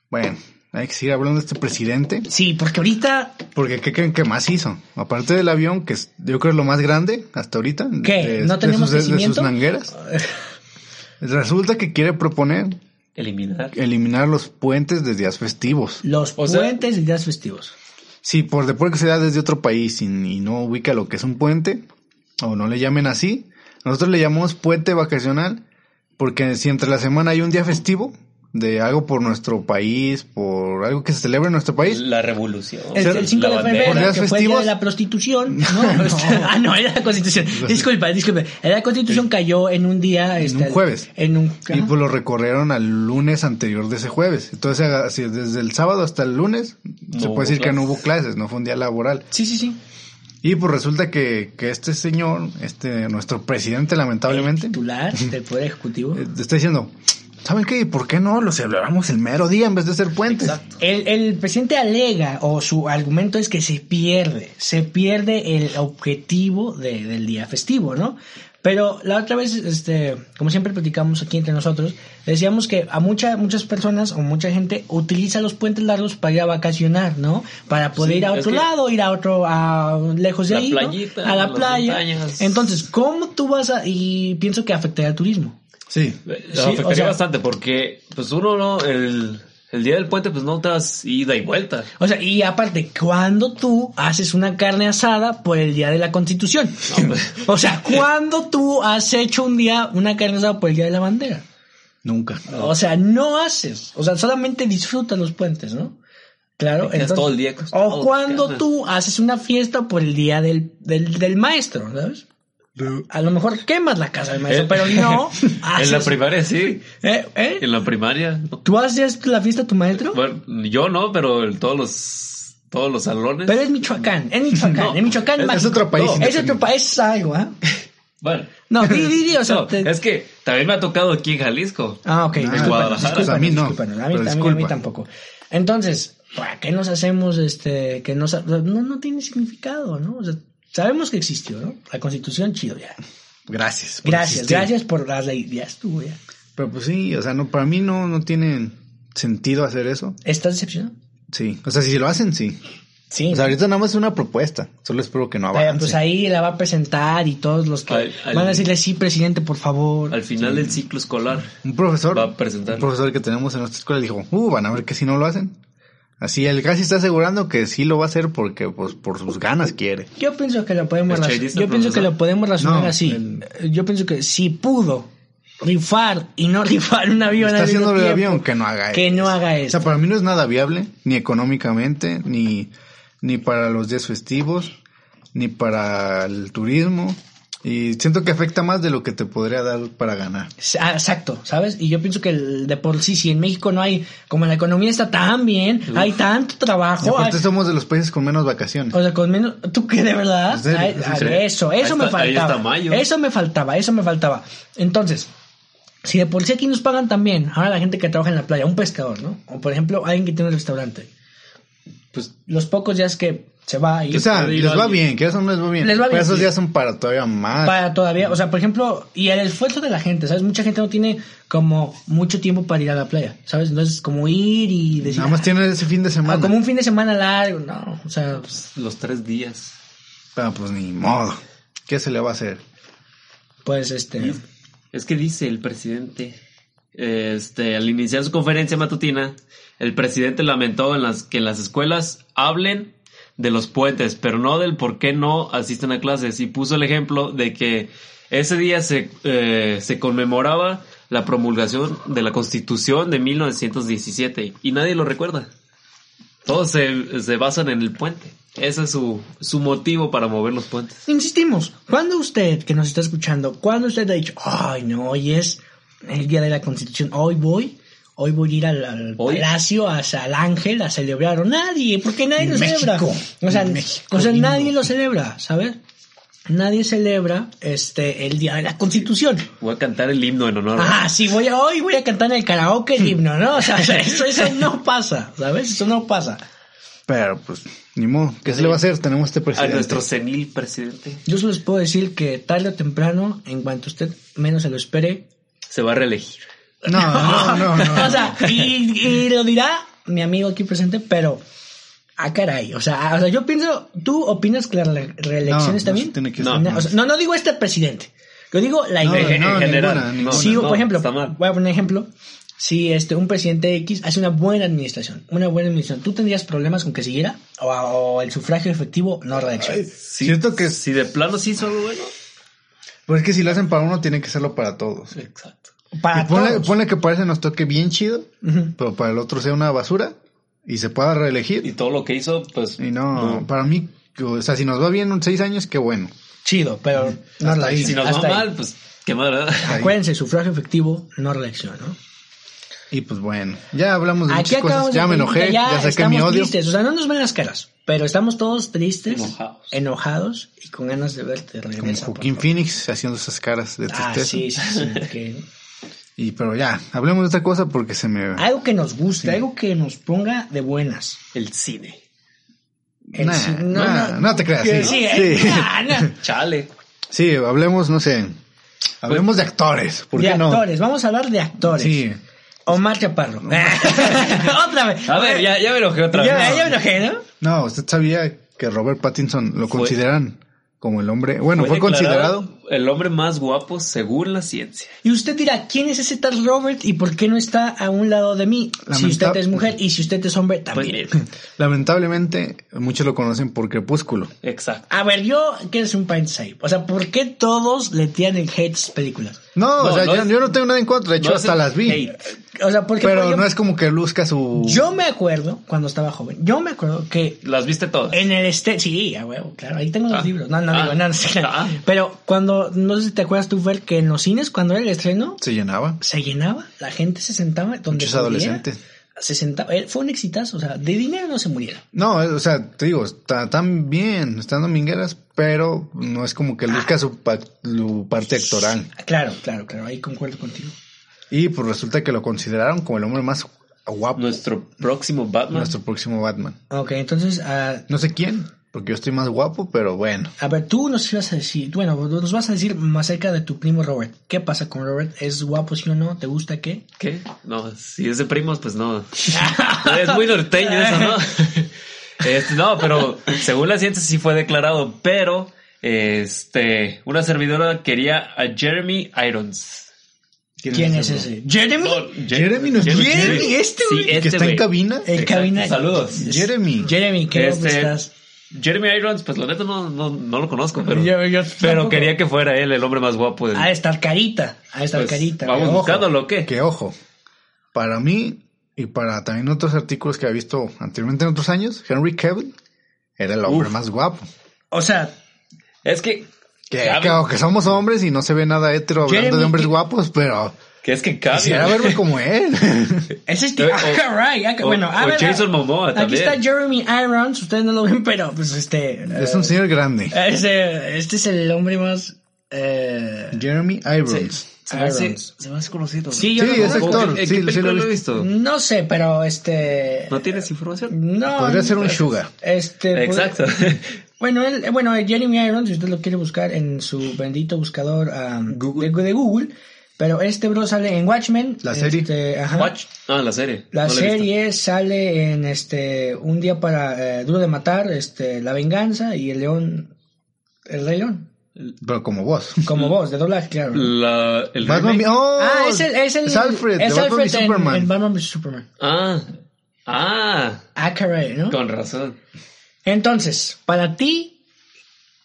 Bueno, hay que seguir hablando de este presidente,
Sí, porque ahorita,
porque ¿qué creen que más hizo? Aparte del avión, que es- yo creo es lo más grande hasta ahorita.
¿Qué?
de-
¿No
de
tenemos
sus- de- de sus
crecimiento?
nangueras. Resulta que quiere proponer
Eliminar.
eliminar los puentes de días festivos.
los
O sea-
puentes y días festivos.
Si por de que sea desde otro país y, y no ubica lo que es un puente, o no le llamen así, nosotros le llamamos puente vacacional, porque si entre la semana hay un día festivo de algo por nuestro país, por algo que se celebra en nuestro país,
La revolución.
El, el 5
La
de
bandera.
febrero,
Días
que fue el día
festivos.
de la prostitución. No, ah, no, era la constitución. Disculpa, disculpa. Era La constitución cayó en un día. este,
un jueves.
En un.
y pues lo recorrieron al lunes anterior de ese jueves. Entonces, haga- si desde el sábado hasta el lunes, se
hubo
puede decir que no
clases.
hubo clases, no fue un día laboral.
Sí, sí, sí.
Y pues resulta que, que este señor, este nuestro presidente lamentablemente,
Titular del Poder Ejecutivo.
eh, está diciendo, ¿saben qué? ¿Y por qué no lo celebramos el mero día en vez de ser puentes?
Exacto.
El, el presidente alega, o su argumento es que se pierde, se pierde el objetivo de- del día festivo, ¿no? Pero la otra vez, este, como siempre platicamos aquí entre nosotros, decíamos que a mucha, muchas personas o mucha gente utiliza los puentes largos para ir a vacacionar, ¿no? Para poder
Sí,
ir a
es
otro
que-
lado, ir a otro, a lejos de
La
ahí, ¿no?
playita,
a la
las
playa.
montañas.
Entonces, ¿cómo tú vas a...? Y pienso que afectaría al turismo.
Sí.
Eh,
Sí,
afectaría
o sea-
bastante porque, pues uno no, el, el día del puente, pues no te das ida y vuelta.
O sea, y aparte, cuando tú haces una carne asada por el día de la Constitución? o sea, ¿cuándo tú has hecho un día una carne asada por el día de la bandera?
Nunca.
O sea, no haces. O sea, solamente disfrutas los puentes, ¿no? Claro.
Te quedas todo el día acostado,
o cuando
carne.
tú haces una fiesta por el día del, del, del maestro, ¿sabes? A lo mejor quemas la casa del maestro,
Eh,
pero no Ah, haces.
en la primaria, sí.
¿Eh? ¿Eh?
En la primaria. no.
¿Tú haces la fiesta a tu maestro?
Bueno, yo no, pero el- todos los, todos los salones.
Pero es Michoacán, es Michoacán,
No,
es Michoacán.
es- es
imagínate.
otro país
es otro
independiente.
país, es algo, ¿ah?
Bueno,
No, di, di, di, o sea,
no,
te-
es que también me ha tocado aquí en Jalisco.
Ah, ok.
Ah,
discúlpanos,
Guadalajara.
discúlpanos,
A mí no,
discúlpanos, a mí,
pero
a mí- a mí
disculpa.
tampoco. Entonces, ¿para qué nos hacemos este que nos ha- no no tiene significado, ¿no? O sea, Sabemos que existió, ¿no? La constitución, chido ya.
Gracias. por
Gracias,
existir.
gracias por las leyes. Ya estuvo, ya.
Pero pues sí, o sea, no, para mí no, no tiene sentido hacer eso.
¿Estás decepcionado?
Sí. O sea, si lo hacen, sí.
Sí.
O sea, ahorita nada más es una propuesta. Solo espero que no
Eh,
avance.
pues ahí la va a presentar y todos los que
Al- al-
van a decirle sí, presidente, por favor.
Al final del ciclo escolar.
Un profesor,
Va a presentar.
un profesor que tenemos en nuestra escuela dijo, uh, van a ver que si no lo hacen. Así él casi está asegurando que sí lo va a hacer porque, pues, por sus ganas quiere.
Yo pienso que lo podemos
¿Es
raz-
chayista,
yo pienso que
profesor?
lo podemos razonar
No,
así.
el-
Eh, Yo pienso que si pudo rifar y no rifar un avión
Está
al mismo
haciendo el
tiempo,
avión que no haga
que
eso.
no haga
O sea,
eso.
para mí no es nada viable, ni económicamente, ni, ni para los días festivos, ni para el turismo. Y siento que afecta más de lo que te podría dar para ganar.
Ah, Exacto, ¿sabes? Y yo pienso que el de por sí, si en México no hay, como la economía está tan bien, hay tanto
Y
trabajo,
aparte
hay-
somos de los países con menos vacaciones.
o sea, con menos, tú que de verdad,
¿En serio?
Ay,
¿En
ay,
serio?
eso, eso
Ahí
me
está- ahí
faltaba,
está mayo.
eso me faltaba, eso me faltaba. Entonces, si de por sí aquí nos pagan también, ahora la gente que trabaja en la playa, un pescador, ¿no? O por ejemplo, alguien que tiene un restaurante, pues los pocos días que se va y
O sea,
puede ir
les va
alguien.
bien, que eso no les va bien.
Les va
Pero
bien,
esos
sí.
días son para todavía más.
para todavía, o sea, por ejemplo, y el esfuerzo de la gente, ¿sabes? Mucha gente no tiene como mucho tiempo para ir a la playa, ¿sabes? Entonces, como ir y decir,
Nada más
"Ah,
tienen ese fin de
ah,
semana.
como un fin de semana largo, no, o sea, pues,
Los tres días.
Ah, pues ni modo. ¿Qué se le va a hacer?
pues, este,
Y- Es que dice el presidente, este, al iniciar su conferencia matutina, el presidente lamentó en las que en las escuelas hablen de los puentes, pero no del por qué no asisten a clases. Y puso el ejemplo de que ese día se, eh, se conmemoraba la promulgación de la Constitución de 1917 y nadie lo recuerda. Todos se, se basan en el puente. Ese es su, su motivo para mover los puentes.
insistimos, cuando usted que nos está escuchando, cuando usted ha dicho, ay, no, hoy es el día de la constitución, hoy voy, hoy voy a ir al, al
Hoy.
palacio, a San Ángel, a celebrar, o nadie, porque nadie lo
México,
celebra, o sea,
México
o sea
lindo.
nadie lo celebra, ¿sabes? Nadie celebra este el día de la constitución.
Voy a cantar el himno en honor.
Ah, sí, voy a, hoy voy a cantar en el karaoke el himno, ¿no? O sea, eso, eso no pasa, ¿sabes? Eso no pasa.
Pero pues, ni modo. ¿Qué se le va a hacer? Tenemos este
a
presidente.
nuestro senil presidente.
Yo solo les puedo decir que tarde o temprano, en cuanto usted menos se lo espere,
Se va a reelegir.
No, no, no, no.
o sea, y, y lo dirá mi amigo aquí presente, pero, ah, caray, o sea, o sea, yo pienso, ¿tú opinas que la re- reelección
No,
está
no se
bien?
tiene que
No,
hacer,
No, o sea, no, no digo este presidente, yo digo la
No,
idea.
no,
en general.
ninguna, ninguna.
si, por ejemplo,
está mal.
voy a poner un ejemplo. Si este, un presidente X hace una buena administración, una buena administración, ¿tú tendrías problemas con que siguiera? ¿O, o el sufragio efectivo no reelección?
Sí,
Siento que-
si de plano sí hizo algo bueno.
Pues es que si lo hacen para uno, tiene que hacerlo para todos.
Exacto.
Para
Y ponle,
todos.
ponle que para ese nos toque bien chido,
Ujú.
pero para el otro sea una basura y se pueda
Y
reelegir.
todo lo que hizo, pues.
Y no, para mí, o sea, si nos va bien en seis años, qué bueno.
Chido, pero no
Hasta ahí.
reelección.
Si nos
Hasta
va
ahí.
mal, pues qué mal, ¿verdad?
ahí.
Acuérdense, sufragio efectivo, no reelección, ¿no?
Y pues bueno, ya hablamos de
Aquí
muchas
acabamos
cosas.
de
Ya me
entender
enojé,
que
ya, saqué mi
estamos
odio.
Tristes. O sea, no nos ven las caras, pero estamos todos tristes,
Enojados.
enojados y con ganas de verte de
Como
regreso. por
Joaquín
favor.
Phoenix haciendo esas caras de
Ah,
tristeza.
sí, sí, sí, que-
Y pero ya, hablemos de otra cosa porque se me...
Algo que nos guste, algo que nos ponga de buenas.
El cine.
El
Nah,
ci-
nah, no te creas,
Que
sí,
sí, eh,
sí.
nah, nah.
Chale.
Sí, hablemos, no sé. Hablemos de actores, ¿por
De
qué no?
actores, vamos a hablar de actores.
Sí.
Omar Chaparro. otra vez.
A ver, ya, ya me enojé otra
Ya,
vez.
ya me enojé, ¿no?
No, usted sabía que Robert Pattinson lo
Fue-
consideran como el hombre, bueno, fue, considerado
declarado El hombre más guapo según la ciencia.
Y usted dirá, ¿quién es ese tal Robert y por qué no está a un lado de mí? Si
Lamenta-
usted es mujer y si usted es hombre,
Pues,
también.
lamentablemente muchos lo conocen por Crepúsculo.
exacto.
A ver, yo quiero hacer un paréntesis ahí. O sea, ¿por qué todos le tiran el hate a sus películas?
No, o
No,
sea,
no
yo,
es-
yo no tengo nada en contra, de hecho
No es
hasta
el
las vi.
hate.
O sea, porque
Pero
por ejemplo,
no es como que luzca su
yo me acuerdo cuando estaba joven. Yo me acuerdo que
Las viste todas.
Eh.
en el este, sí, a huevo, claro, ahí tengo los
Ah.
libros. No, no,
Ah.
digo, no, no sé.
Ah.
Pero cuando no sé si te acuerdas tú Fer, que en los cines cuando era el estreno
se llenaba.
se llenaba, la gente se sentaba donde
Muchos
pudiera,
adolescentes.
Se sentaba, Eh, fue un exitazo, o sea, de dinero no se muriera.
No, o sea, te digo, está tan bien, están domingueras, pero no es como que luzca su, pa- su parte actoral.
Claro, claro, claro, ahí concuerdo contigo.
Y pues resulta que lo consideraron como el hombre más guapo
Nuestro próximo
de
Batman.
nuestro próximo Batman.
Ok, entonces, ah,
No sé quién, Porque yo estoy más guapo, pero bueno.
A ver, tú nos ibas a decir, bueno, nos vas a decir más acerca de tu primo Robert. ¿Qué pasa con Robert? ¿Es guapo, sí o no? ¿Te gusta qué?
¿Qué? No, si es de primos, pues no. es muy norteño eso, ¿no? Este, no, pero según la ciencia sí fue declarado, pero este, una servidora quería a Jeremy Irons.
¿Quién es
güey?
ese? ¿Jeremy?
No, Jer-
Jeremy, nuestro
Jeremy.
¿Jeremy? ¿Este,
Sí,
güey?
¿Que
este,
está en
güey.
cabina? eh,
El cabina.
Saludos.
Jeremy.
Jeremy, ¿qué guapo
Este,
estás?
Jeremy Irons, pues la neta no, no, no lo conozco, pero,
Yo- yo
pero
tampoco.
quería que fuera él el hombre más guapo del
A estar carita. A estar
pues,
Ah, carita.
Vamos
ojo.
buscándolo, ¿o qué?
Que ojo, para mí y para también otros artículos que había visto anteriormente en otros años, Henry Cavill era el hombre
Uf.
más guapo.
O sea,
Es que,
Que,
Cavill.
que aunque somos hombres y no se ve nada hetero hablando
Jeremy,
de hombres
¿qué-
guapos, pero
que es que Cavill.
quisiera verme como él.
ese es...
Eh,
Ah,
o-
caray, ah,
o-
bueno, a
o
ver,
Jason Momoa
Aquí
también.
está Jeremy Irons. Ustedes no lo ven, pero pues este...
es un señor grande.
Este, este es el hombre más... Eh,
Jeremy Irons.
Se me hace-
Irons.
se me hace conocido.
Sí, yo
Sí,
lo
es
conozco.
actor.
¿En
Sí,
qué
sí
película
lo he
lo he visto?
No sé, pero este...
¿No tienes información?
No. eh,
Podría ser un sugar.
Este, pues,
Exacto.
bueno, él, eh, bueno, Jeremy Irons, si usted lo quiere buscar en su bendito buscador um,
Google.
De, de Google, pero este bro sale en Watchmen.
La serie.
este, ajá.
Watch. Ah, la serie.
La
No he visto.
serie sale en este Un día para eh, Duro de Matar, este La Venganza y El León, El Rey León,
Pero como vos.
como voz de doblaje, claro.
La, el
Batman,
remake.
oh,
ah, es el, es el
es Alfred,
es
de Batman
Alfred
y
en-
Superman.
En, Batman vs Superman.
Ah, ah,
Ah, caray, ¿no?
con razón.
Entonces, para ti,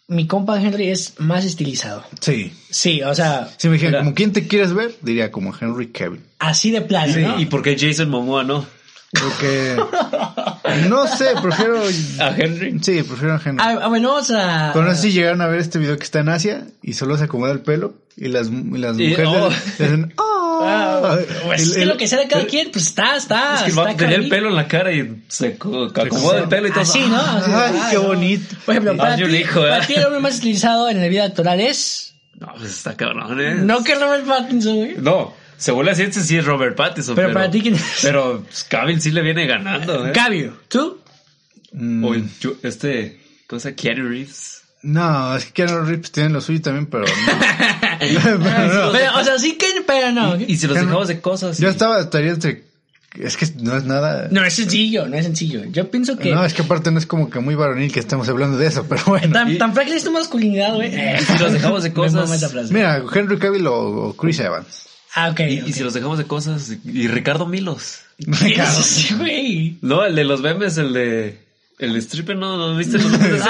mi compa Henry es más estilizado.
Sí.
Sí, o sea,
Si me dijeran,
Era-
como quién te quieres ver, diría como Henry Cavill.
así de plano, ¿no?
Ah, ¿Y por qué Jason Momoa no?
Porque no sé, prefiero
A Henry.
sí, prefiero a Henry.
Ah, ah, bueno, vamos a...
Pero no sé si llegaron a ver este video que está en Asia y solo se acomoda el pelo y las, y las
Y-
mujeres
oh.
le hacen, "Oh".
Ah, pues,
El-
es que
el-
lo que sea de cada quien, pues está, está.
Es que el
está
vato tenía el
cabrón.
pelo en la cara y se co- acomoda el pelo y todo. Ah,
Así, ¿no? Así,
Ay, qué
no.
bonito.
Por ejemplo,
Más
para ti,
yo le dijo, ¿eh?
para ti el hombre más estilizado en la vida actoral es...
No, pues está cabrón, ¿eh?
No que Robert Pattinson, güey.
No, según la ciencia este sí es Robert Pattinson.
Pero para ti, ¿quién es?
Pero pues, Cavill sí le viene ganando, ¿eh?
Cabio, ¿tú?
Mm,
O el yo- este, ¿cómo se llama? Keanu Reeves.
no, es que Keanu Reeves tiene lo suyo también, pero no. Pero no.
Pero, o sea, sí que... Pero no.
Y si los
Keanu-
dejamos de cosas.
Yo
y-
estaba estaría entre es que no es nada.
No, es sencillo, no es sencillo. Yo pienso que...
No, es que aparte no es como que muy varonil que estemos hablando de eso, pero bueno.
Tan,
y- Eh,
tan frágil es tu masculinidad, güey.
y si los dejamos de
Me mama esa
cosas.
frase.
Mira, Henry Cavill o, o Chris Evans.
Ah, ok.
Y, y si los dejamos de cosas. Y Ricardo Milos.
Claro.
Sí, güey.
No, el de los memes, el de. El de stripper, no, no viste los memes.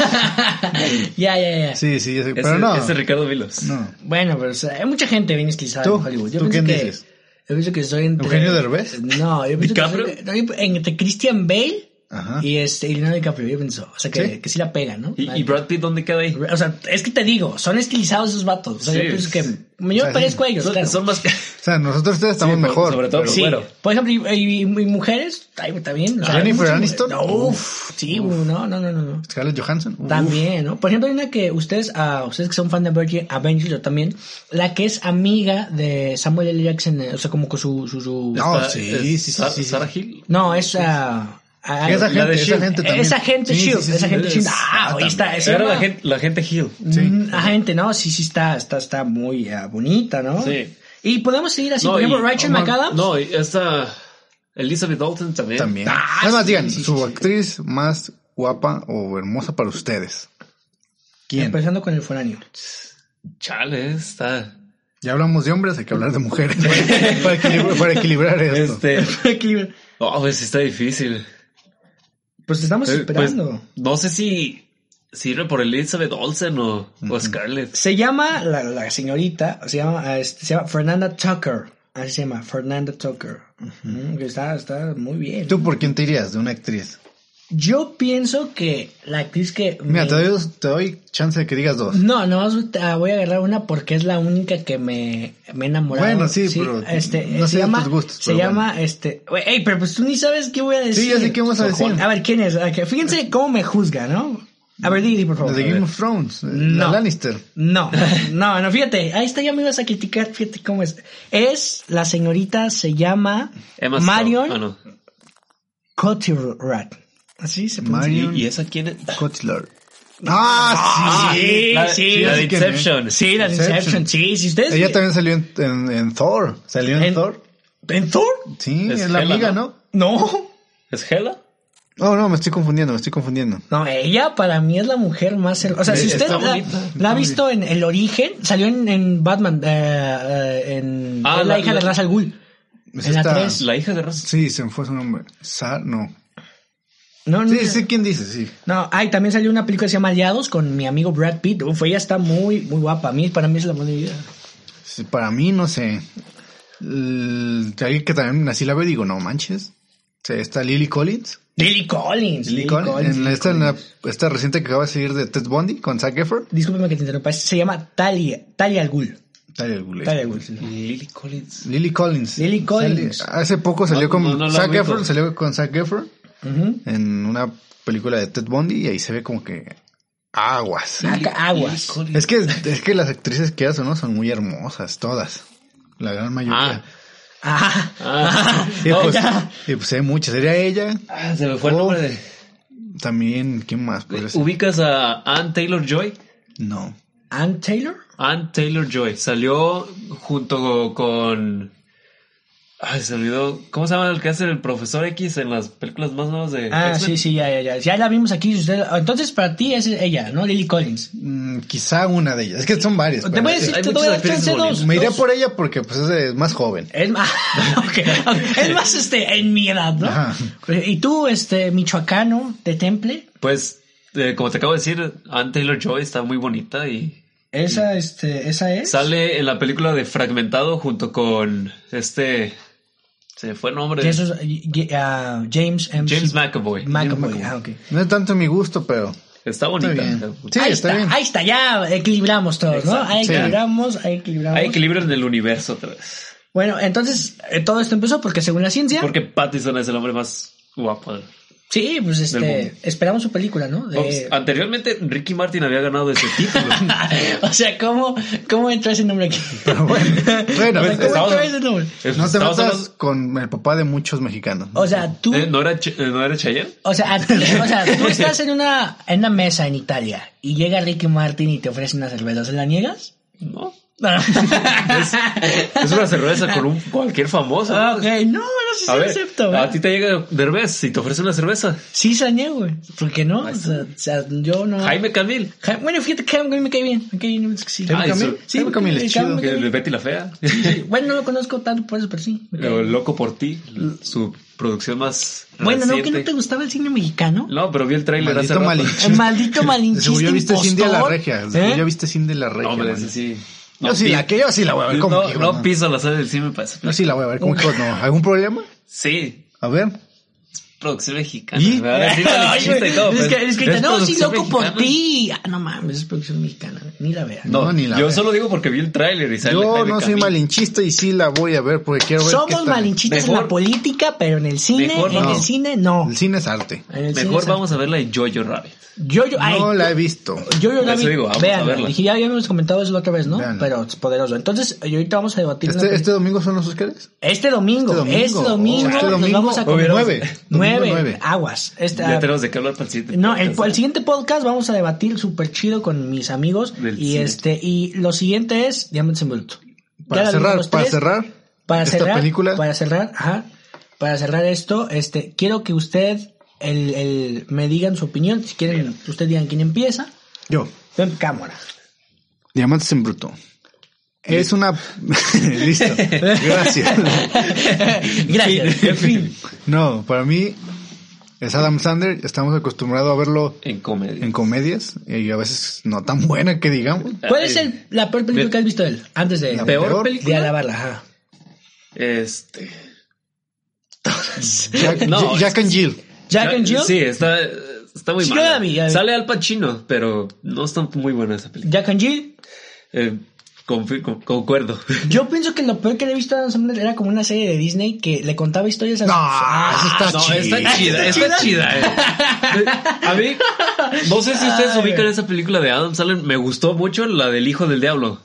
Ah. ya, ya, ya.
Sí, sí, ese-
Ese-
pero no.
Ese Ricardo Milos.
no.
Bueno, pero o sea, hay mucha gente bien estilizada
¿Tú?
en Hollywood. Yo
¿Tú quién
pienso que,
dices?
Yo pienso que soy entre...
¿Eugenio Derbez?
No, yo pienso
¿DiCaprio? Ah.
que soy no, yo- entre Christian Bale
Ajá.
y, este, y Leonardo DiCaprio, yo pienso. O sea, que
¿Sí?
que sí la pega, ¿no?
¿Y, y Brad Pitt dónde queda ahí?
O sea, es que te digo, son estilizados esos vatos. O sea, yo
Sí.
pienso que...
O
Yo
sea,
parezco a ellos,
Son,
claro.
son más.
O sea, nosotros ustedes estamos
Sí, por-
mejor.
sobre todo,
pero-
Sí,
Bueno.
por ejemplo, y, y- y mujeres, ay, también. o sea, hay
Jennifer
muchas
Aniston.
mujeres. No, uf, sí, no, no, no, no, no.
Scarlett Johansson. uf.
También, ¿no? Por ejemplo, hay una que ustedes, ah, ustedes que son fan de Virgin Avengers, yo también, la que es amiga de Samuel L. Jackson, eh, o sea, como que su... su, su-
No,
Está-
sí,
es
sí, sí,
Ah, eh, Sa-
sí, sí.
Sarah Hill.
No, es... ah, ah,
Esa
La
gente,
de
esa
Shield.
gente también.
Esa gente
Sí, sí,
Shield,
sí, sí,
esa gente
es-
Shield. Ah, ahí
también.
está, esa
Era la
era-
gente, la gente Hill.
Sí.
Mm, La gente, no, sí, sí está, está, está muy ah, bonita, ¿no?
Sí.
Y podemos seguir así,
No,
por ejemplo,
y-
Rachel
oh, man,
McAdams.
No, y esta. Elizabeth Dalton también.
También.
Ah,
es más,
sí,
digan,
sí, sí,
su
sí.
actriz más guapa o hermosa para ustedes. ¿Quién?
Empezando con el foráneo.
Chale, está.
Ya hablamos de hombres, hay que hablar de mujeres. para, para equilibrar, para equilibrar esto.
Este.
Aquí,
Oh, pues sí está difícil.
Pues te estamos
Eh, pues,
esperando.
no sé si sirve por Elizabeth Olsen o, o Scarlett.
Se llama la, la señorita, se llama, ah, este, se llama Fernanda Tucker. Así se llama, Fernanda Tucker. Ujú, que está, está muy bien.
¿Tú por quién te irías de una actriz?
Yo pienso que la actriz que.
Mira,
me-
te doy, dos- te doy chance de que digas dos.
No, no, voy a agarrar una porque es la única que me, me he enamorado.
Bueno, sí, pero
Este,
no
se
sé de
llama,
tus gustos,
Se
pero
llama, este. güey, Ey, pero pues tú ni sabes qué voy a decir.
Sí, ya sé qué vamos a decir.
A ver, ¿quién es? A ver, Fíjense cómo me juzga, ¿no? A ver, Didi, por favor.
La de Game of Thrones, eh,
No.
la Lannister.
No, no, no, fíjate, ahí está, ya me ibas a criticar, fíjate cómo es. Es, la señorita se llama
Emma Stone.
Marion
Ah, no.
Cotillard. Así se
Ma-
puede.
Marion-
¿Y, y esa quién es?
Kotler. Ah, sí.
sí,
la,
sí,
La
sí,
de
quién es.
Inception.
Sí, la de Inception.
Inception.
Sí, si ustedes.
Ella también salió en, en- en Thor. Salió en,
¿En-
Thor.
¿En Thor?
Sí,
Es
es, la
Hela,
amiga,
¿no?
¿no?
No.
¿Es Hela?
No, Oh, no, me estoy confundiendo, me estoy confundiendo.
No, ella para mí es la mujer más hermosa. O sea, si
Está
usted la,
bonita.
la ha visto en El Origen, salió en, en Batman, eh, eh, en
Ah,
es la,
la-
hija
la-
de Ra's al Ghul.
Es
En la
esta-
tres.
La hija de Ross.
Sí, se me fue su nombre. Sar, no.
No, no.
Sí, sí, ¿quién dice? Sí.
No, ay, también salió una película que se llama Aliados con mi amigo Brad Pitt. Uf, ella está muy, muy guapa. A mí, para mí es la buena vida.
Sí, Para mí, no sé. L- Alguien que también así la veo y digo, no manches. Sí, está Lily Collins.
Lily Collins.
Lily Collins. en la- esta, en la- esta reciente que acaba de salir de Ted Bundy con Zac Efron.
Discúlpeme que te interrumpa. Se llama Talia, Talia al Ghul.
Dale, güey.
Talia al Ghul. sí.
Lily Collins.
Lily Collins.
Lily Collins.
Sale- hace poco salió
No,
con
no, no la
Zac
ubico.
Efron, salió con Zac Efron
Ujú.
en una película de Ted Bundy y ahí se ve como que aguas.
Acá, aguas.
Lily Collins.
Es que, es que las actrices que hacen, ¿no? Son muy hermosas, todas. La gran mayoría.
Ah.
Ah,
Ah.
y,
Oh,
pues,
ya.
y pues hay muchas. Sería ella,
Ah, se me fue el
Oh.
nombre de...
también, ¿quién más? Pues,
Uh.
¿Ubicas a Ann Taylor Joy?
no.
Ann Taylor.
Ann Taylor Joy salió junto con. Ay, se olvidó. ¿Cómo se llama el que hace el profesor X en las películas más nuevas de
Ah, sí,
X-Men?
sí, ya, ya, ya. Ya la vimos aquí. si usted- Entonces, para ti es ella, ¿no? Lily Collins.
Mm, quizá una de ellas. Es que son varias.
Te
pero
voy a
sí.
decir,
hay
te
muchas
voy a dar
actrices
chance dos.
bonitas.
Me iré
dos.
por ella porque pues es de- más joven.
Es más, ok, ok. es más este, en mi edad, ¿no?
Ajá.
Y tú, este, michoacano, de temple,
Pues, eh, como te acabo de decir, Ann Taylor Joy está muy bonita y
esa, este, esa es.
sale en la película de Fragmentado junto con este. Se me fue el nombre.
Que eso es, y- y- ah, James M.
James McAvoy.
McAvoy. Ah, ok.
No es tanto mi gusto, pero...
Está
Está
bonita.
bien. Sí,
ahí
está, bien.
Ahí está, ya equilibramos todos, ¿no?
Exacto.
Ahí
Sí.
equilibramos, ahí equilibramos.
Hay equilibrio en el universo otra vez.
Bueno, entonces, eh, todo esto empezó porque según la ciencia,
Porque Pattinson es el hombre más guapo.
Eh,
del-
sí, pues este,
mundo.
esperamos su película, ¿no? De-
Pues, anteriormente, Ricky Martin había ganado ese título.
o sea, ¿cómo, ¿cómo entró ese nombre aquí?
Pero bueno, pues, bueno,
O sea,
es-
¿Cómo
estamos-
entró ese nombre?
no te
Estamos
metas
hablando-
con el papá de muchos mexicanos.
O sea, tú...
Eh, ¿No era, Ch- eh, ¿No era Chayanne?
O sea, a ti- o sea, tú estás en una, en una mesa en Italia y llega Ricky Martin y te ofrece una cerveza, ¿se la niegas?
No.
No.
Es una cerveza con un cualquier famoso.
Ah, ok, no, no sé si
a
lo
ver,
acepto.
a
¿verdad?
ti te llega Derbez y te ofrece una cerveza.
Sí, se la niego, güey. ¿Por qué no? O sea, o sea, yo no.
Jaime Camil.
Ja- bueno, fíjate que Jaime me cae bien. Me cae bien, es que sí.
Jaime
Ah,
Camil,
eso-
Jaime Camil es
Jaime
chido.
Camil.
que De Betty la Fea.
Sí, Bueno, no lo conozco tanto por eso, pero sí. me cae
O
bien.
Loco por ti. Su producción más.
Bueno, ¿no? ¿Que no te
reciente.
gustaba el cine mexicano?
No, pero vi el tráiler
Maldito
hace rato.
malinche.
El maldito
De
malinchista
seguro ya viste Cindy a la
impostor.
regia. de seguro
¿Eh?
ya viste Cindy a la regia.
No, hombre,
man.
ese sí.
yo, sí
pi-
la, que yo sí la voy a ver
no,
como hijos,
no
no.
piso la sala del cine para esa
Yo
película.
sí la voy a ver como hijos, no. ¿Algún problema?
Sí,
A ver.
producción mexicana.
¿Y?
Me van a decir
Ay,
malinchista
güey,
y todo,
es
pero
que, es que
es
no, sí,
producción
loco por
mexicana.
ti. Ah, no mames, es producción mexicana. Ni la vean.
No,
No,
ni la
yo
veo.
solo digo porque vi el tráiler y sale
Yo
Jaime
no soy
Camil.
malinchista y sí la voy a ver porque quiero ver. qué
Somos
tal.
malinchistas en la
Mejor-
política, pero en el cine,
Mejor
en
no.
el cine no.
El cine es arte.
En el cine
Mejor
es-
vamos a ver la de Jojo Rabbit.
Yo, yo, ay,
No la he visto.
yo, yo la
Eso
vi-
digo, vamos a
véanla.
verla.
Dije, ya habíamos comentado eso la otra vez, ¿no?
Véanla.
Pero es poderoso. Entonces, y ahorita vamos a debatir. una
¿Este,
peli-
este domingo son los Óscares?
este domingo,
este domingo.
este domingo,
Oh, este
nos
domingo,
vamos a
o
comer-
nueve. Domingo
nueve,
nueve.
aguas. Este,
Ya
ah,
tenemos de qué hablar para el siguiente.
No, el,
podcast. ¿eh?
el siguiente podcast vamos a debatir súper chido con mis amigos.
Del
y
cine.
este, y lo siguiente es Diamantes en Bruto.
Para
Ya la vimos
cerrar,
los
para
tres.
cerrar.
Para
esta
cerrar,
película.
para cerrar, ajá, para cerrar esto, este, quiero que usted el, el- me digan su opinión, si quieren, usted digan quién empieza.
Yo.
Ven cámara.
Diamantes en bruto. Es una... Listo. Gracias.
Gracias. En fin.
No, para mí es Adam Sandler. Estamos acostumbrados a verlo
En comedia.
en comedias y a veces no tan buena que digamos.
¿Cuál es el- la peor película que has visto de él? Antes de,
La
de,
peor,
peor
película?
alabarla, ajá.
Este.
Jack,
No,
Jack and Jill.
Jack and Jill. eh.
Sí, está, está muy
Sí,
mal.
yo la vi, ya vi.
Sale Al Pacino, pero no está muy buena esa película.
Jack and Jill.
Eh, confi- con- concuerdo.
Yo pienso que lo peor que le he visto a Adam Sandler era como una serie de Disney que le contaba historias a sus-
eso está
no,
chido.
está chida, está chida. eh. A mí, no sé si ustedes
Ay,
ubican
güey.
esa película de Adam Sandler. Me gustó mucho la del Hijo del Diablo,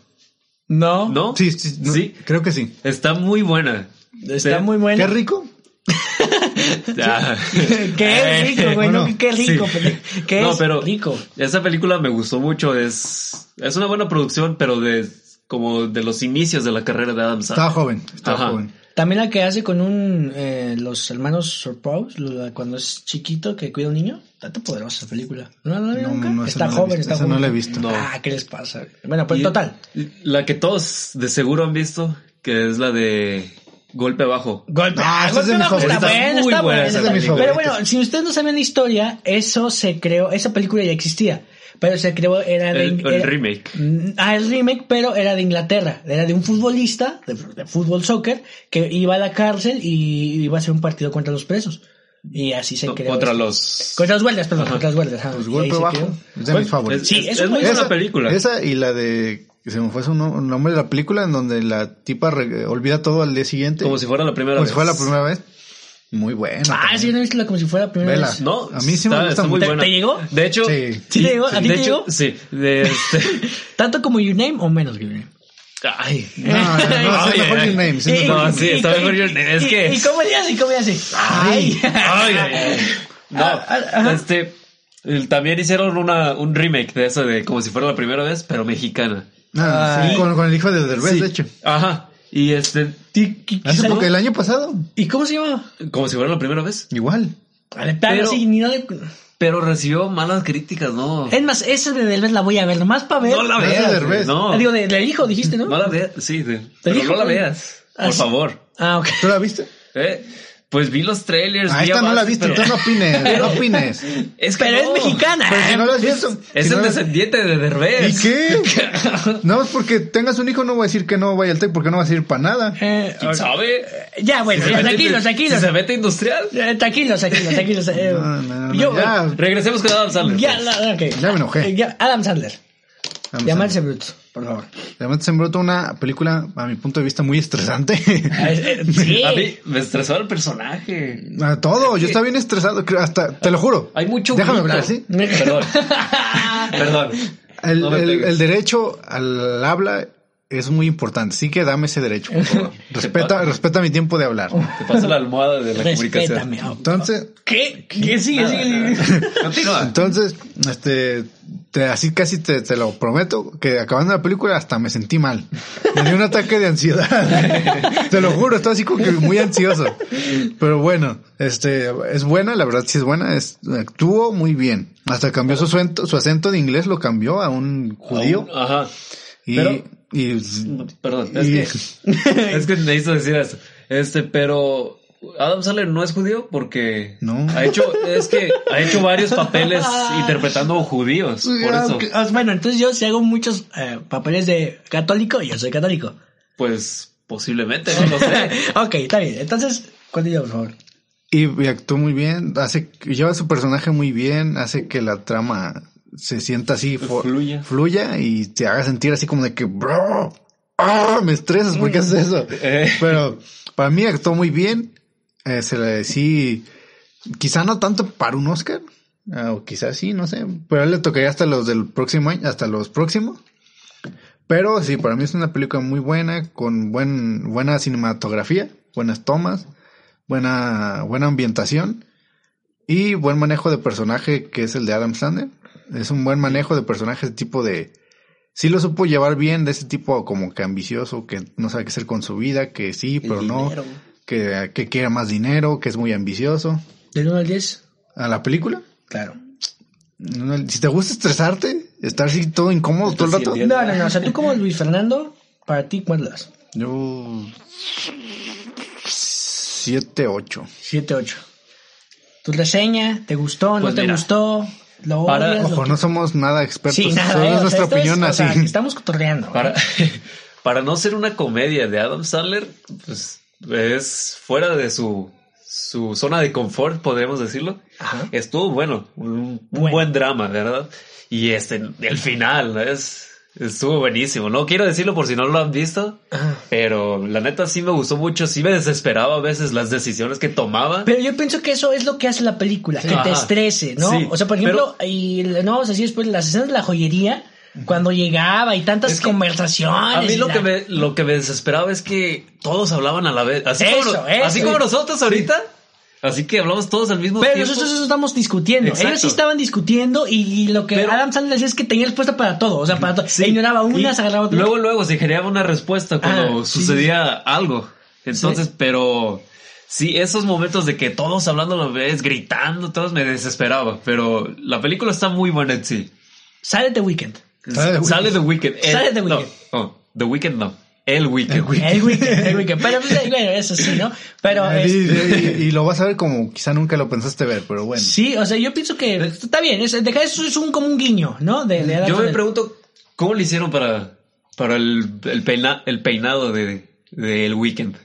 No.
¿no?
Sí, sí, no,
Sí.
creo que sí.
Está muy buena.
Está
Sí.
muy buena.
Qué rico.
Ah.
Qué rico, güey.
Eh, bueno,
no, qué rico.
sí.
pero- Qué
No,
es
pero-
rico.
Esa película me gustó mucho. Es, es una buena producción, pero de como de los inicios de la carrera de Adam
Estaba
Sandler.
joven, estaba
Ah. Ajá.
joven.
También la que hace con un eh, los hermanos Surprise, la- cuando es chiquito que cuida a un niño. Tanto poderosa esa película. No, no, la vi
No,
nunca.
no, esa
está
no la he
joven,
visto,
está
esa
joven.
no la he visto.
No.
Ah, ¿qué les pasa? Bueno, pues
Y-
total.
La que todos de seguro han visto, que es la de Golpe Abajo.
Golpe.
Ah, esa es de mis
Golpe
favoritas.
Bajo Está buena,
Muy
está
buena
buena.
esa
está
es de mis
buena. Pero
favoritas.
bueno, si ustedes no saben la historia, eso se creó, esa película ya existía. Pero se creó, era de.
El, el
era-
remake.
Mm, Ah, el remake, pero era de Inglaterra. Era de un futbolista, de, de fútbol soccer, que iba a la cárcel y iba a hacer un partido contra los presos. Y así se
No,
creó.
contra
esto.
los.
Contra los guardias, perdón, contra los guardias. ajá.
Pues
Y
golpe
ahí se
bajo.
quedó.
Es de
Bueno,
mis favoritas.
Sí,
Pues, es,
es
es muy
una
buena película.
Esa y la de. que Se me fue su no- el nombre de la película en donde la tipa re- olvida todo al día siguiente.
Como si fuera la primera
Como
vez.
si fuera la primera vez. Muy buena.
Ah,
también.
sí, no he visto la como si fuera la primera
Vela.
vez.
No,
A mí sí me
está-
gusta
está muy
mucho.
¿Te-
buena.
te llegó?
De hecho,
Sí.
¿Sí te llegó? ¿A ti te
de hecho,
llegó?
Sí. De este-
¿Tanto como Your Name o menos que Your Name?
Ay.
No, no, no, está
Ay,
mejor
ay.
Your Name. sí,
Eh,
mejor
y-
no,
Your
sí,
y-
está
y-
mejor Your Name. Es
y-
que-
¿Y cómo le hace? ¿Y cómo le hace?
Ay.
Ay, ay, ay. No,
Ah, ah, ajá.
este. el- También hicieron una, un remake de eso de como si fuera la primera vez, pero mexicana.
Name. Ah, sí,
Ay.
con, con el hijo de Derbez,
Sí.
de hecho.
Ajá. Y este.
¿Y- y-
Hace
¿no?
poco, el año pasado,
¿Y cómo se llama?
Como si fuera la primera vez.
igual.
Vale, pero,
Pero-
sí, ni no le-
Pero recibió malas críticas, ¿no?
Es más, esa de Delves la voy a ver, nomás para ver.
No la
No es de
veas.
Derbez.
No.
Ah, digo, de- del hijo dijiste, ¿no?
No la veas. Sí, sí. Pero
dijo,
no la
güey.
veas.
Ah,
Por
sí.
favor.
Ah, ok.
¿Tú la viste?
Eh, Pues vi los trailers.
Ah,
vi
esta no la
avances,
viste,
pero-
entonces no opines, no opines.
Es que
Pero es
no.
mexicana.
Pero si no la has visto.
Es
si no
el
la-
descendiente de
¿Y
Derbez.
qué? Nada más porque tengas un hijo no voy a decir que no vaya al TEC porque no va a servir para nada.
Eh,
Ah.
¿Quién
ok.
sabe?
Ya, bueno,
Si se
ya,
mete-
tranquilos, tranquilos.
si se mete industrial.
Eh, Tranquilos, tranquilos, tranquilos. eh,
No, no, no,
yo-
ya,
Regresemos con Adam Sandler.
Ya,
pues.
la- ok.
Ya me enojé.
Eh, ya, Adam Sandler.
Vamos
Llamarse
a-
Brut, por favor.
Además se brota una película, a mi punto de vista, muy estresante.
Ah, es- eh, sí.
A mí me estresó el personaje.
A todo, yo estaba bien estresado, creo, hasta, te lo juro.
Hay mucho
Déjame
grito.
hablar, ¿sí?
Perdón.
Ah.
Perdón.
El,
No me
el-
pegues.
el derecho al habla es muy importante, sí que dame ese derecho, por favor. Respeta, respeta mi tiempo de hablar.
Te paso la almohada de la
Respétame.
comunicación.
oh.
Entonces,
¿Qué? ¿Qué sigue?
Nada,
sigue, sigue?
nada. Continúa.
entonces, este, te, así casi te, te lo prometo, que acabando la película hasta me sentí mal. Me dio un ataque de ansiedad. te lo juro, estaba así como que muy ansioso. Pero bueno, este, es buena, la verdad sí es buena, es, actuó muy bien. Hasta cambió su, suento- su acento de inglés, lo cambió a un judío.
Ajá.
Y,
pero-
y
Perdón. Es que, es que necesito decir eso. Este, pero Adam Sandler no es judío porque
No.
ha hecho, es que ha hecho varios papeles interpretando judíos. Por
Ah,
eso,
ok. Ah, Bueno, entonces yo si hago muchos eh, papeles de católico, yo soy católico.
pues posiblemente, no lo sé.
ok, está bien. Entonces, continúa, por favor.
Y, y actuó muy bien, hace, lleva su personaje muy bien, hace que la trama se sienta así, fo-
Fluya.
fluya y te haga sentir así como de que, bro, ah, me estresas, ¿por qué haces eso?
Eh.
Pero para mí actuó muy bien, eh, se le sí, quizá no tanto para un Oscar, ah, o quizás sí, no sé, pero a él le tocaría hasta los del próximo año, hasta los próximos. Pero sí, para mí es una película muy buena, con buen, buena cinematografía, buenas tomas, buena, buena ambientación y buen manejo de personaje que es el de Adam Sandler. Es un buen manejo de personaje, ese tipo de... Sí lo supo llevar bien, de ese tipo como que ambicioso, que no sabe qué hacer con su vida, que sí, pero no, que, que quiere más dinero, que es muy ambicioso.
Del 1 al 10,
¿A la película?
claro.
no, Si te gusta estresarte, estar así todo incómodo todo el rato,
Entonces,
No, no, no. O sea, tú como Luis Fernando, para ti, ¿cuánto le das?
yo... 7, 8.
7, 8. ¿Tu reseña? ¿Te gustó? ¿No
Pues
te
mira,
gustó? ¿Lo
para-
odias? ¿Lo
Ojo,
que-
no somos nada expertos,
Sí, nada.
solo
eh, o
es
sea,
nuestra
esto es,
opinión
o
así.
sea, que estamos cotorreando.
Para, para no ser una comedia de Adam Sandler, pues es fuera de su, su zona de confort, podríamos decirlo.
Ajá.
Estuvo bueno, un, un
Bueno.
buen drama, ¿verdad? Y este, el final, es, estuvo buenísimo. No quiero decirlo por si no lo han visto,
Ajá.
pero la neta sí me gustó mucho, sí me desesperaba a veces las decisiones que tomaba.
Pero yo pienso que eso es lo que hace la película, que
Ajá.
te estrese, ¿no?
Sí,
o sea, por ejemplo, y no vamos a decir después las escenas de la joyería, cuando llegaba y tantas
Es que
conversaciones.
A mí
y
lo
la-
que, me, lo que me desesperaba es que todos hablaban a la vez. Así,
Eso,
como, no-
eso.
así como nosotros ahorita. Así que hablamos todos al mismo
Pero
tiempo.
nosotros eso estamos discutiendo.
Exacto.
Ellos sí estaban discutiendo y, y lo que
Pero-
Adam Sandler hacía es que tenía respuesta para todo. O sea, para todo. E ignoraba unas,
Y
agarraba otras.
Luego, luego se generaba una respuesta cuando
Ah, sí,
sucedía algo. Entonces, pero sí, esos momentos de que todos hablando a la vez, gritando, todos me desesperaba. Pero la película está muy buena en sí.
Sale The Weeknd.
Sale The
Sale The Weeknd. El-
Sale The
no,
Weeknd.
no, oh, The Weeknd no. El Weeknd.
El Weeknd.
El Weeknd, el Weeknd. Pero, pues, bueno, eso sí, ¿no? Pero,
y,
este,
Ah, y- y lo vas a ver como quizá nunca lo pensaste ver, pero bueno.
sí, o sea, yo pienso que está bien. Es, deja eso es un, como un guiño, ¿no? De, de Adam
Yo me
Sandler.
pregunto cómo le hicieron para, para el, el, peina- el peinado de, de El Weeknd.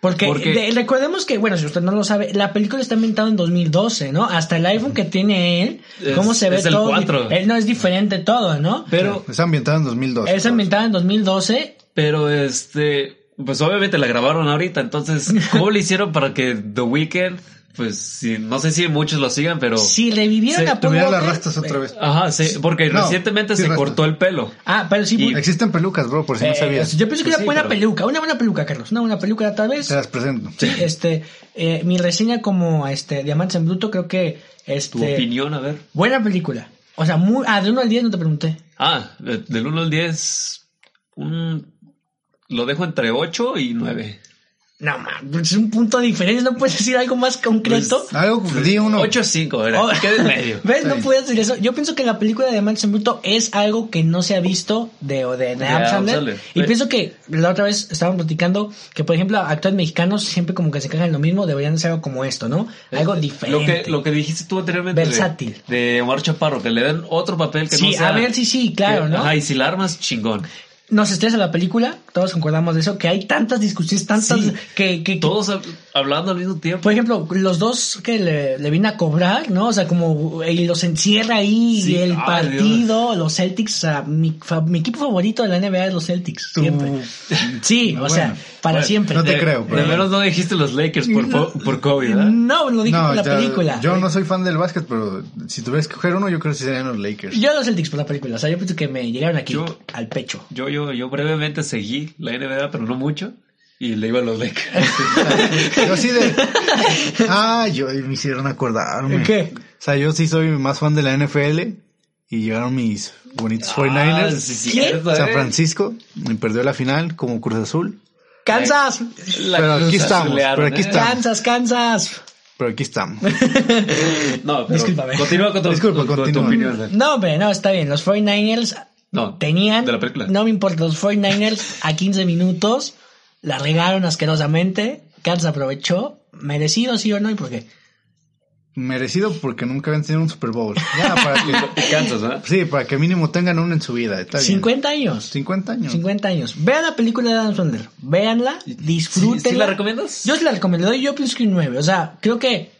Porque,
Porque-
de- recordemos que, bueno, si usted no lo sabe, la película está ambientada en 2012, ¿no? Hasta el iPhone que tiene él,
Es-
cómo se ve
es el
todo.
cuatro.
Él no es diferente todo, ¿no?
Pero,
Es ambientado en 2002.
es ambientada en 2012
pero este, pues obviamente la grabaron ahorita. Entonces, ¿cómo le hicieron para que The Weeknd, pues sí, no sé si muchos lo sigan, pero.
Si revivieron
Sí,
a Paul
Tuviera las
Walker-
rastas otra vez.
Ajá, sí, porque
No,
recientemente
sí,
se
rastas.
cortó el pelo.
Ah, pero sí.
Y-
eh,
Existen pelucas, bro, por si no sabías.
yo pienso que
Pues
una
sí,
buena
pero-
peluca, una buena peluca, Carlos. Una buena peluca, tal vez.
Te las presento.
Sí, este, eh, mi reseña como este Diamantes en Bruto creo que este
Tu opinión, a ver.
buena película. O sea, muy ah, de 1 al 10 no te pregunté.
Ah, de- del 1 al 10, un, lo dejo entre 8 y 9.
No, man, es un punto de diferencia, no puedes decir algo más
Pues,
concreto.
Algo, di uno.
8 5, era.
Oh.
Quedé en medio.
¿Ves? No
Sí.
puedes decir eso. Yo pienso que la película de Diamantes en Bruto es algo que no se ha visto de, o de, de Adam
Adam
Sandler.
Sandler.
Y
Sí.
pienso que la otra vez estaban platicando que, por ejemplo, actores mexicanos siempre como que se cagan en lo mismo, deberían hacer algo como esto, ¿no? Algo
Eh, Lo
diferente.
que, lo que dijiste tú anteriormente. de-
Versátil.
De, Omar Chaparro, que le den otro papel que
sí,
no sea.
a ver, sí, sí, claro,
que-
¿no?
Ajá, y si la armas, chingón.
Nos estresa la película, todos concordamos de eso, que hay tantas discusiones, tantas
Sí.
que, que- que-
Todos hab- hablando al mismo tiempo.
por ejemplo, los dos que le, le vino a cobrar, ¿no? O sea, como y los encierra ahí
Sí,
y el
ay,
partido, los Celtics, o sea, mi, fa- mi equipo favorito de la NBA es los Celtics, siempre. Sí, o
Bueno,
sea, para
bueno,
siempre.
no te
De-
creo, pero-
De Eh, menos no dijiste los Lakers por, po- por COVID, ¿verdad?
No, lo dije por la
ya-
película.
Yo no soy fan del básquet, pero si tuvieras que coger uno, yo creo que sí serían los Lakers.
Yo los Celtics por la película, o sea, yo pienso que me llegaron aquí
Yo-
al pecho.
Yo, yo, yo brevemente seguí la NBA, pero no mucho. Y le iba a los Lakers.
Yo así de. Ah, yo me hicieron acordarme.
¿Qué?
O sea, yo sí soy más fan de la NFL y llegaron mis bonitos 49ers.
Ah, sí,
¿Quién?
cierto,
San
¿eh?
Francisco y perdió la final como Cruz Azul.
Kansas,
La
Pero aquí
cruz
estamos,
azulearon,
pero aquí
¿eh?
estamos.
Kansas, Kansas.
Pero aquí estamos.
No, pero
Discúlpame.
Continúa con tu,
Disculpa,
con tu- con tu
continúa.
opinión. eh.
No, hombre, no, está bien. Los 49ers
No,
tenían.
De la película.
No me importa, los 49ers a 15 minutos la regaron asquerosamente. Kansas aprovechó. Merecido, sí o no, y por qué.
Merecido porque nunca habían tenido un Super Bowl. Ya, para que,
Te cansas, ¿verdad?
sí, para que mínimo tengan uno en su vida. Está bien.
50 años.
50 años.
50 años. Vean la película de Adam Sandler. Véanla, disfrútenla.
¿Sí- sí la recomiendas?
Yo sí la recomiendo. le doy Yo pienso que un 9. O sea, creo que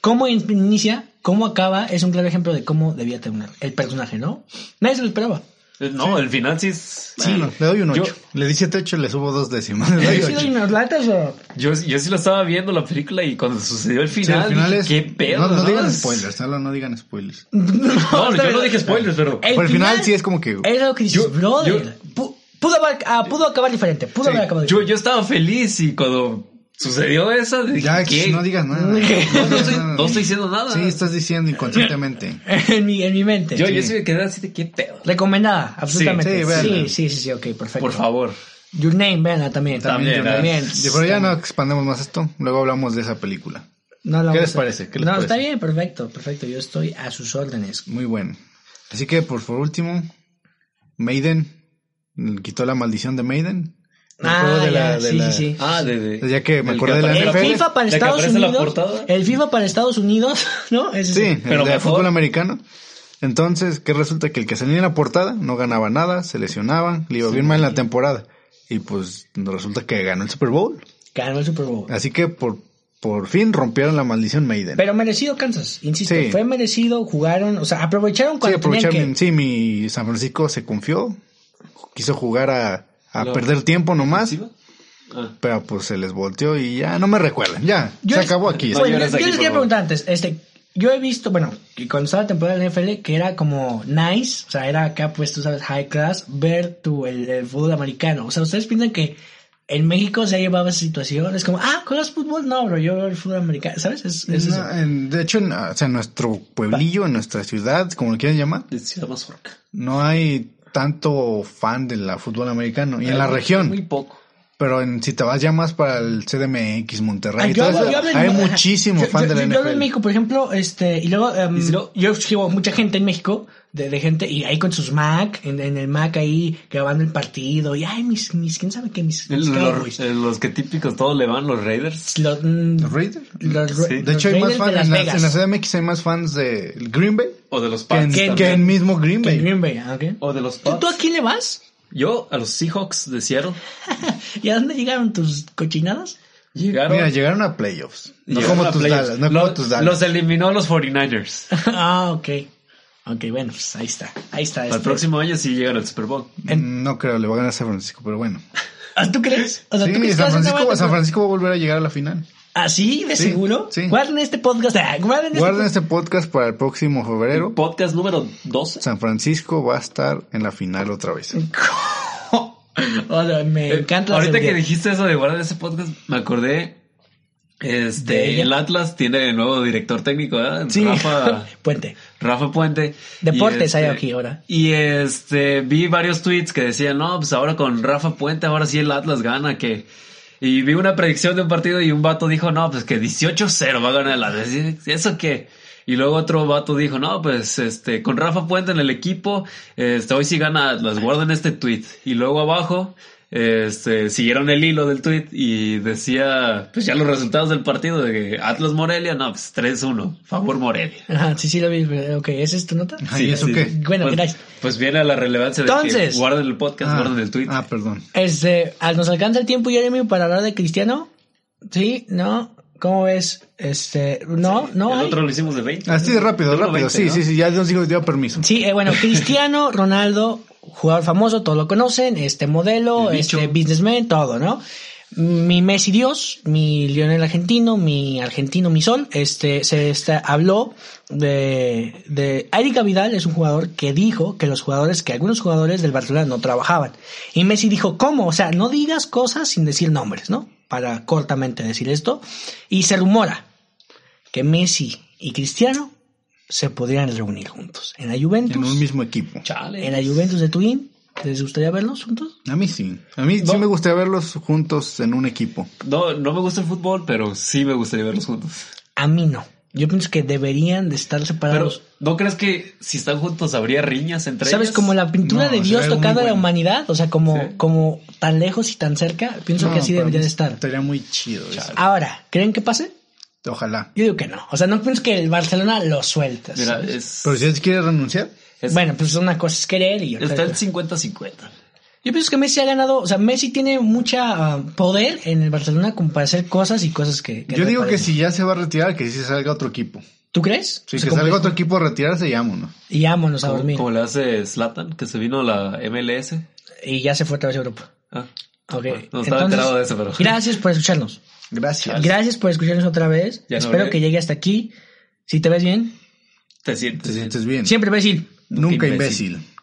cómo in- inicia, cómo acaba, es un claro ejemplo de cómo debía terminar el personaje, ¿no? Nadie se lo esperaba.
Eh, No, el final sí es...
Sí, no, le doy un
Yo-
8. Le di 7, 8, le subo dos décimas. Le doy
Yo sí
ocho.
doy unas latas o-
Yo, yo sí la estaba viendo la película y cuando sucedió el
Sí,
final,
al final
dije,
es-
qué pedo.
No, no digan
Es-
spoilers, solo no digan spoilers.
No,
está
yo no
bien.
dije spoilers, pero...
El
Pero al final sí es como que-
Es lo que dices,
Yo-
brother. pu- Pudo, haber- ah, pudo acabar diferente. Pudo
Sí,
haber acabado
Yo,
diferente.
yo estaba feliz y cuando sucedió eso, dije,
Ya,
¿qué?
no digas nada.
No, no estoy, no estoy diciendo nada.
Sí, estás diciendo inconscientemente.
en, mi, en mi mente.
yo,
Sí.
yo sí me quedé así de qué pedo.
Recomendada, absolutamente.
sí, véanla.
sí, sí, sí, sí, ok, perfecto.
Ah,
Por favor.
Your Name, véanla también.
También, ah,
Your Name.
Sí, Pero ya no expandemos más esto. Luego hablamos de esa película.
No la
¿Qué
vamos
les
a-
parece? ¿Qué les
no,
parece?
está bien, perfecto, perfecto. Yo estoy a sus órdenes.
Muy bueno. Así que, por, por último, Maiden mm, quitó la maldición de Maiden. El
Ah,
juego de la-
ya,
de
sí,
la-
sí, sí.
Ah, de, de-
Ya que me
del
acordé de la
aparece
El
NFL.
FIFA para
la que
Estados
aparece en la
Unidos.
portada.
El FIFA para Estados Unidos, ¿no? Ese
Sí, el
Pero
de
mejor.
fútbol americano. Entonces, que resulta que el que salía en la portada no ganaba nada, se lesionaba, le iba bien mal en la temporada. Y pues resulta que ganó el Super Bowl.
Ganó el Super Bowl.
Así que por, por fin rompieron la maldición Maiden.
Pero merecido Kansas, insisto,
Sí.
fue merecido, jugaron, o sea, aprovecharon
sí,
cuando tenían
aprovecharon.
que.
Sí, mi San Francisco se confió, quiso jugar a, a
Lo-
perder tiempo nomás,
ofensiva. Ah.
pero pues se les volteó y ya no me recuerden, ya,
Yo
se
les-
acabó aquí.
No,
Bueno,
yo
yo,
les aquí,
les
por
quería
favor.
preguntar antes, este, yo he visto, bueno, que cuando estaba la temporada de la NFL, que era como nice, o sea, era acá, pues tú sabes, high class, ver tu, el, el fútbol americano. O sea, ¿ustedes piensan que En México se ha llevado esa situación. Es como, ah, ¿juegas fútbol? No, bro, yo veo el fútbol americano. ¿Sabes? Es, es
No,
eso.
en- de hecho, en, o sea, en nuestro pueblillo, en nuestra ciudad, como lo quieran llamar,
de Ciudad Mazorca.
no hay tanto fan del fútbol americano. Y en la
Hay-
región.
Muy poco.
Pero en, si te vas ya más para el CDMX, Monterrey,
Ah,
y todo eso,
en-
hay muchísimo
Yo-
fan
yo-
de la
yo hablo en
NFL.
México, por ejemplo, este, y luego, em,
Y si no-
yo escribo mucha gente en México, de, de gente, y ahí con sus Mac, en, en el Mac ahí, grabando el partido, y ay, mis, mis, quién sabe qué, mis, mis
Los,
Cowboys.
eh, los que típicos todos le van, los Raiders.
Los- mm,
¿Los Raiders?
los-
Sí.
De
los
hecho, hay más
Raiders de
fans
Las
en la,
Vegas.
en la CDMX hay más fans de Green Bay
O de los
que en,
Pats.
¿Quién-
que
también.
quién?
en mismo Green Bay. Oh,
Green Bay, ah, ok.
O de los
¿Tú, tú a
Pats.
quién le vas?
Yo a los Seahawks de Seattle.
¿Y a dónde llegaron tus cochinadas?
Llegaron.
Mira, llegaron a playoffs. No
llegaron
como
a
tus
playoffs.
Dallas, no
Lo-
como tus Dallas.
Los eliminó los 49ers.
ah, ok. Ok, bueno, pues ahí está. Ahí está.
Al
este.
próximo año sí llegan al Super Bowl.
Mm, No creo, le va a ganar San Francisco, pero bueno.
Ah, ¿Tú crees? O sea,
Sí,
¿tú crees que
San
vas a acabar
Francisco,
de-
San Francisco va a volver a llegar a la final.
¿Ah, sí? ¿De
Sí,
seguro?
sí.
Guarden este podcast. Ah, guarden este
Guarden este podcast para el próximo febrero.
Podcast número 12.
San Francisco va a estar en la final otra vez. este-
O sea, Oh, me
Eh,
encanta. la
Ahorita que
seguridad.
dijiste eso de guardar ese podcast, me acordé.
¿De
Este,
ella?
el Atlas tiene el nuevo director técnico, ¿verdad?
Sí.
Rafa,
Puente.
Rafa Puente.
Deportes
Y,
hay
este,
aquí ahora.
Y este, vi varios tweets que decían, no, pues ahora con Rafa Puente, ahora sí el Atlas gana, que. Y vi una predicción de un partido y un vato dijo, no, pues que 18-0 va a ganar el Atlas. Y, ¿Eso qué? Y luego otro vato dijo, no, pues este, con Rafa Puente en el equipo, este, hoy sí gana Atlas, guarden este tweet. Y luego abajo, este, siguieron el hilo del tweet y decía, pues ya los resultados del partido de que Atlas Morelia, no, pues 3-1, favor Morelia.
Ajá, sí, sí, lo vi. pero, Ok, ¿esa es tu nota?
Ajá, ¿y eso qué?
Bueno,
pues,
gracias.
Pues viene a la relevancia de
Entonces.
que guarden el podcast,
Ah,
guarden el tweet.
ah, perdón.
Este, ¿al- ¿nos alcanza el tiempo, Jeremy, para hablar de Cristiano? ¿Sí? ¿No? ¿Cómo ves? Este, no, no
el
hay.
otro lo hicimos de 20.
Así de rápido,
Número
rápido.
20,
sí,
¿no?
sí, sí, ya nos digo, dio permiso.
Sí, eh, bueno, Cristiano Ronaldo, jugador famoso, todos lo conocen, este modelo,
El bicho.
este businessman, todo, ¿no? Mi Messi Dios, mi Lionel argentino, mi argentino, mi sol, este, se está- habló de, de, Erika Vidal es un jugador que dijo que los jugadores, que algunos jugadores del Barcelona no trabajaban. Y Messi dijo, ¿cómo? O sea, no digas cosas sin decir nombres, ¿no? Para cortamente decir esto. Y se rumora que Messi y Cristiano se podrían reunir juntos en la Juventus.
En un mismo equipo.
Chale.
En la Juventus de Turín, ¿les gustaría verlos juntos?
A mí sí. A mí sí
No.
me gustaría verlos juntos en un equipo.
No, no me gusta el fútbol, pero sí me gustaría verlos juntos.
A mí no. Yo pienso que deberían de estar
Pero,
separados.
¿no crees que si están juntos habría riñas entre
¿Sabes?
ellos?
Como la pintura
No,
de
sería
Dios
algo muy
tocando a la
bueno.
humanidad, o sea, como,
Sí.
como tan lejos y tan cerca, pienso que
No, pues,
así
para
deberían
mí
estar.
Estaría muy chido. eso.
Ahora, ¿creen que pase?
Ojalá.
Yo digo que no. O sea, no pienso que el Barcelona lo suelta.
Mira,
Pues,
¿sabes?
es-
Pero si él quiere renunciar,
es-
bueno, pues una cosa es querer y otra
está el
es-
50-50.
Yo pienso que Messi ha ganado, o sea, Messi tiene mucha ah, poder en el Barcelona como para hacer cosas y cosas que... que
yo
no
digo que
parecen.
si ya se va a retirar, que si se salga otro equipo.
¿Tú crees?
Si
Se
que salga
complica.
otro equipo a retirarse, llámonos.
Y vámonos a
Como,
dormir.
como le hace Slatan, que se vino a la MLS.
Y ya se fue otra vez a Europa.
Ah,
Ok.
no estaba enterado de eso, pero-
Gracias por escucharnos.
Gracias.
Gracias por escucharnos otra vez.
Ya no
Espero
hablé.
que llegue hasta aquí. Si te ves bien,
te sientes.
Te sientes bien.
siempre ves ir.
Nunca
Nunca imbécil.
imbécil.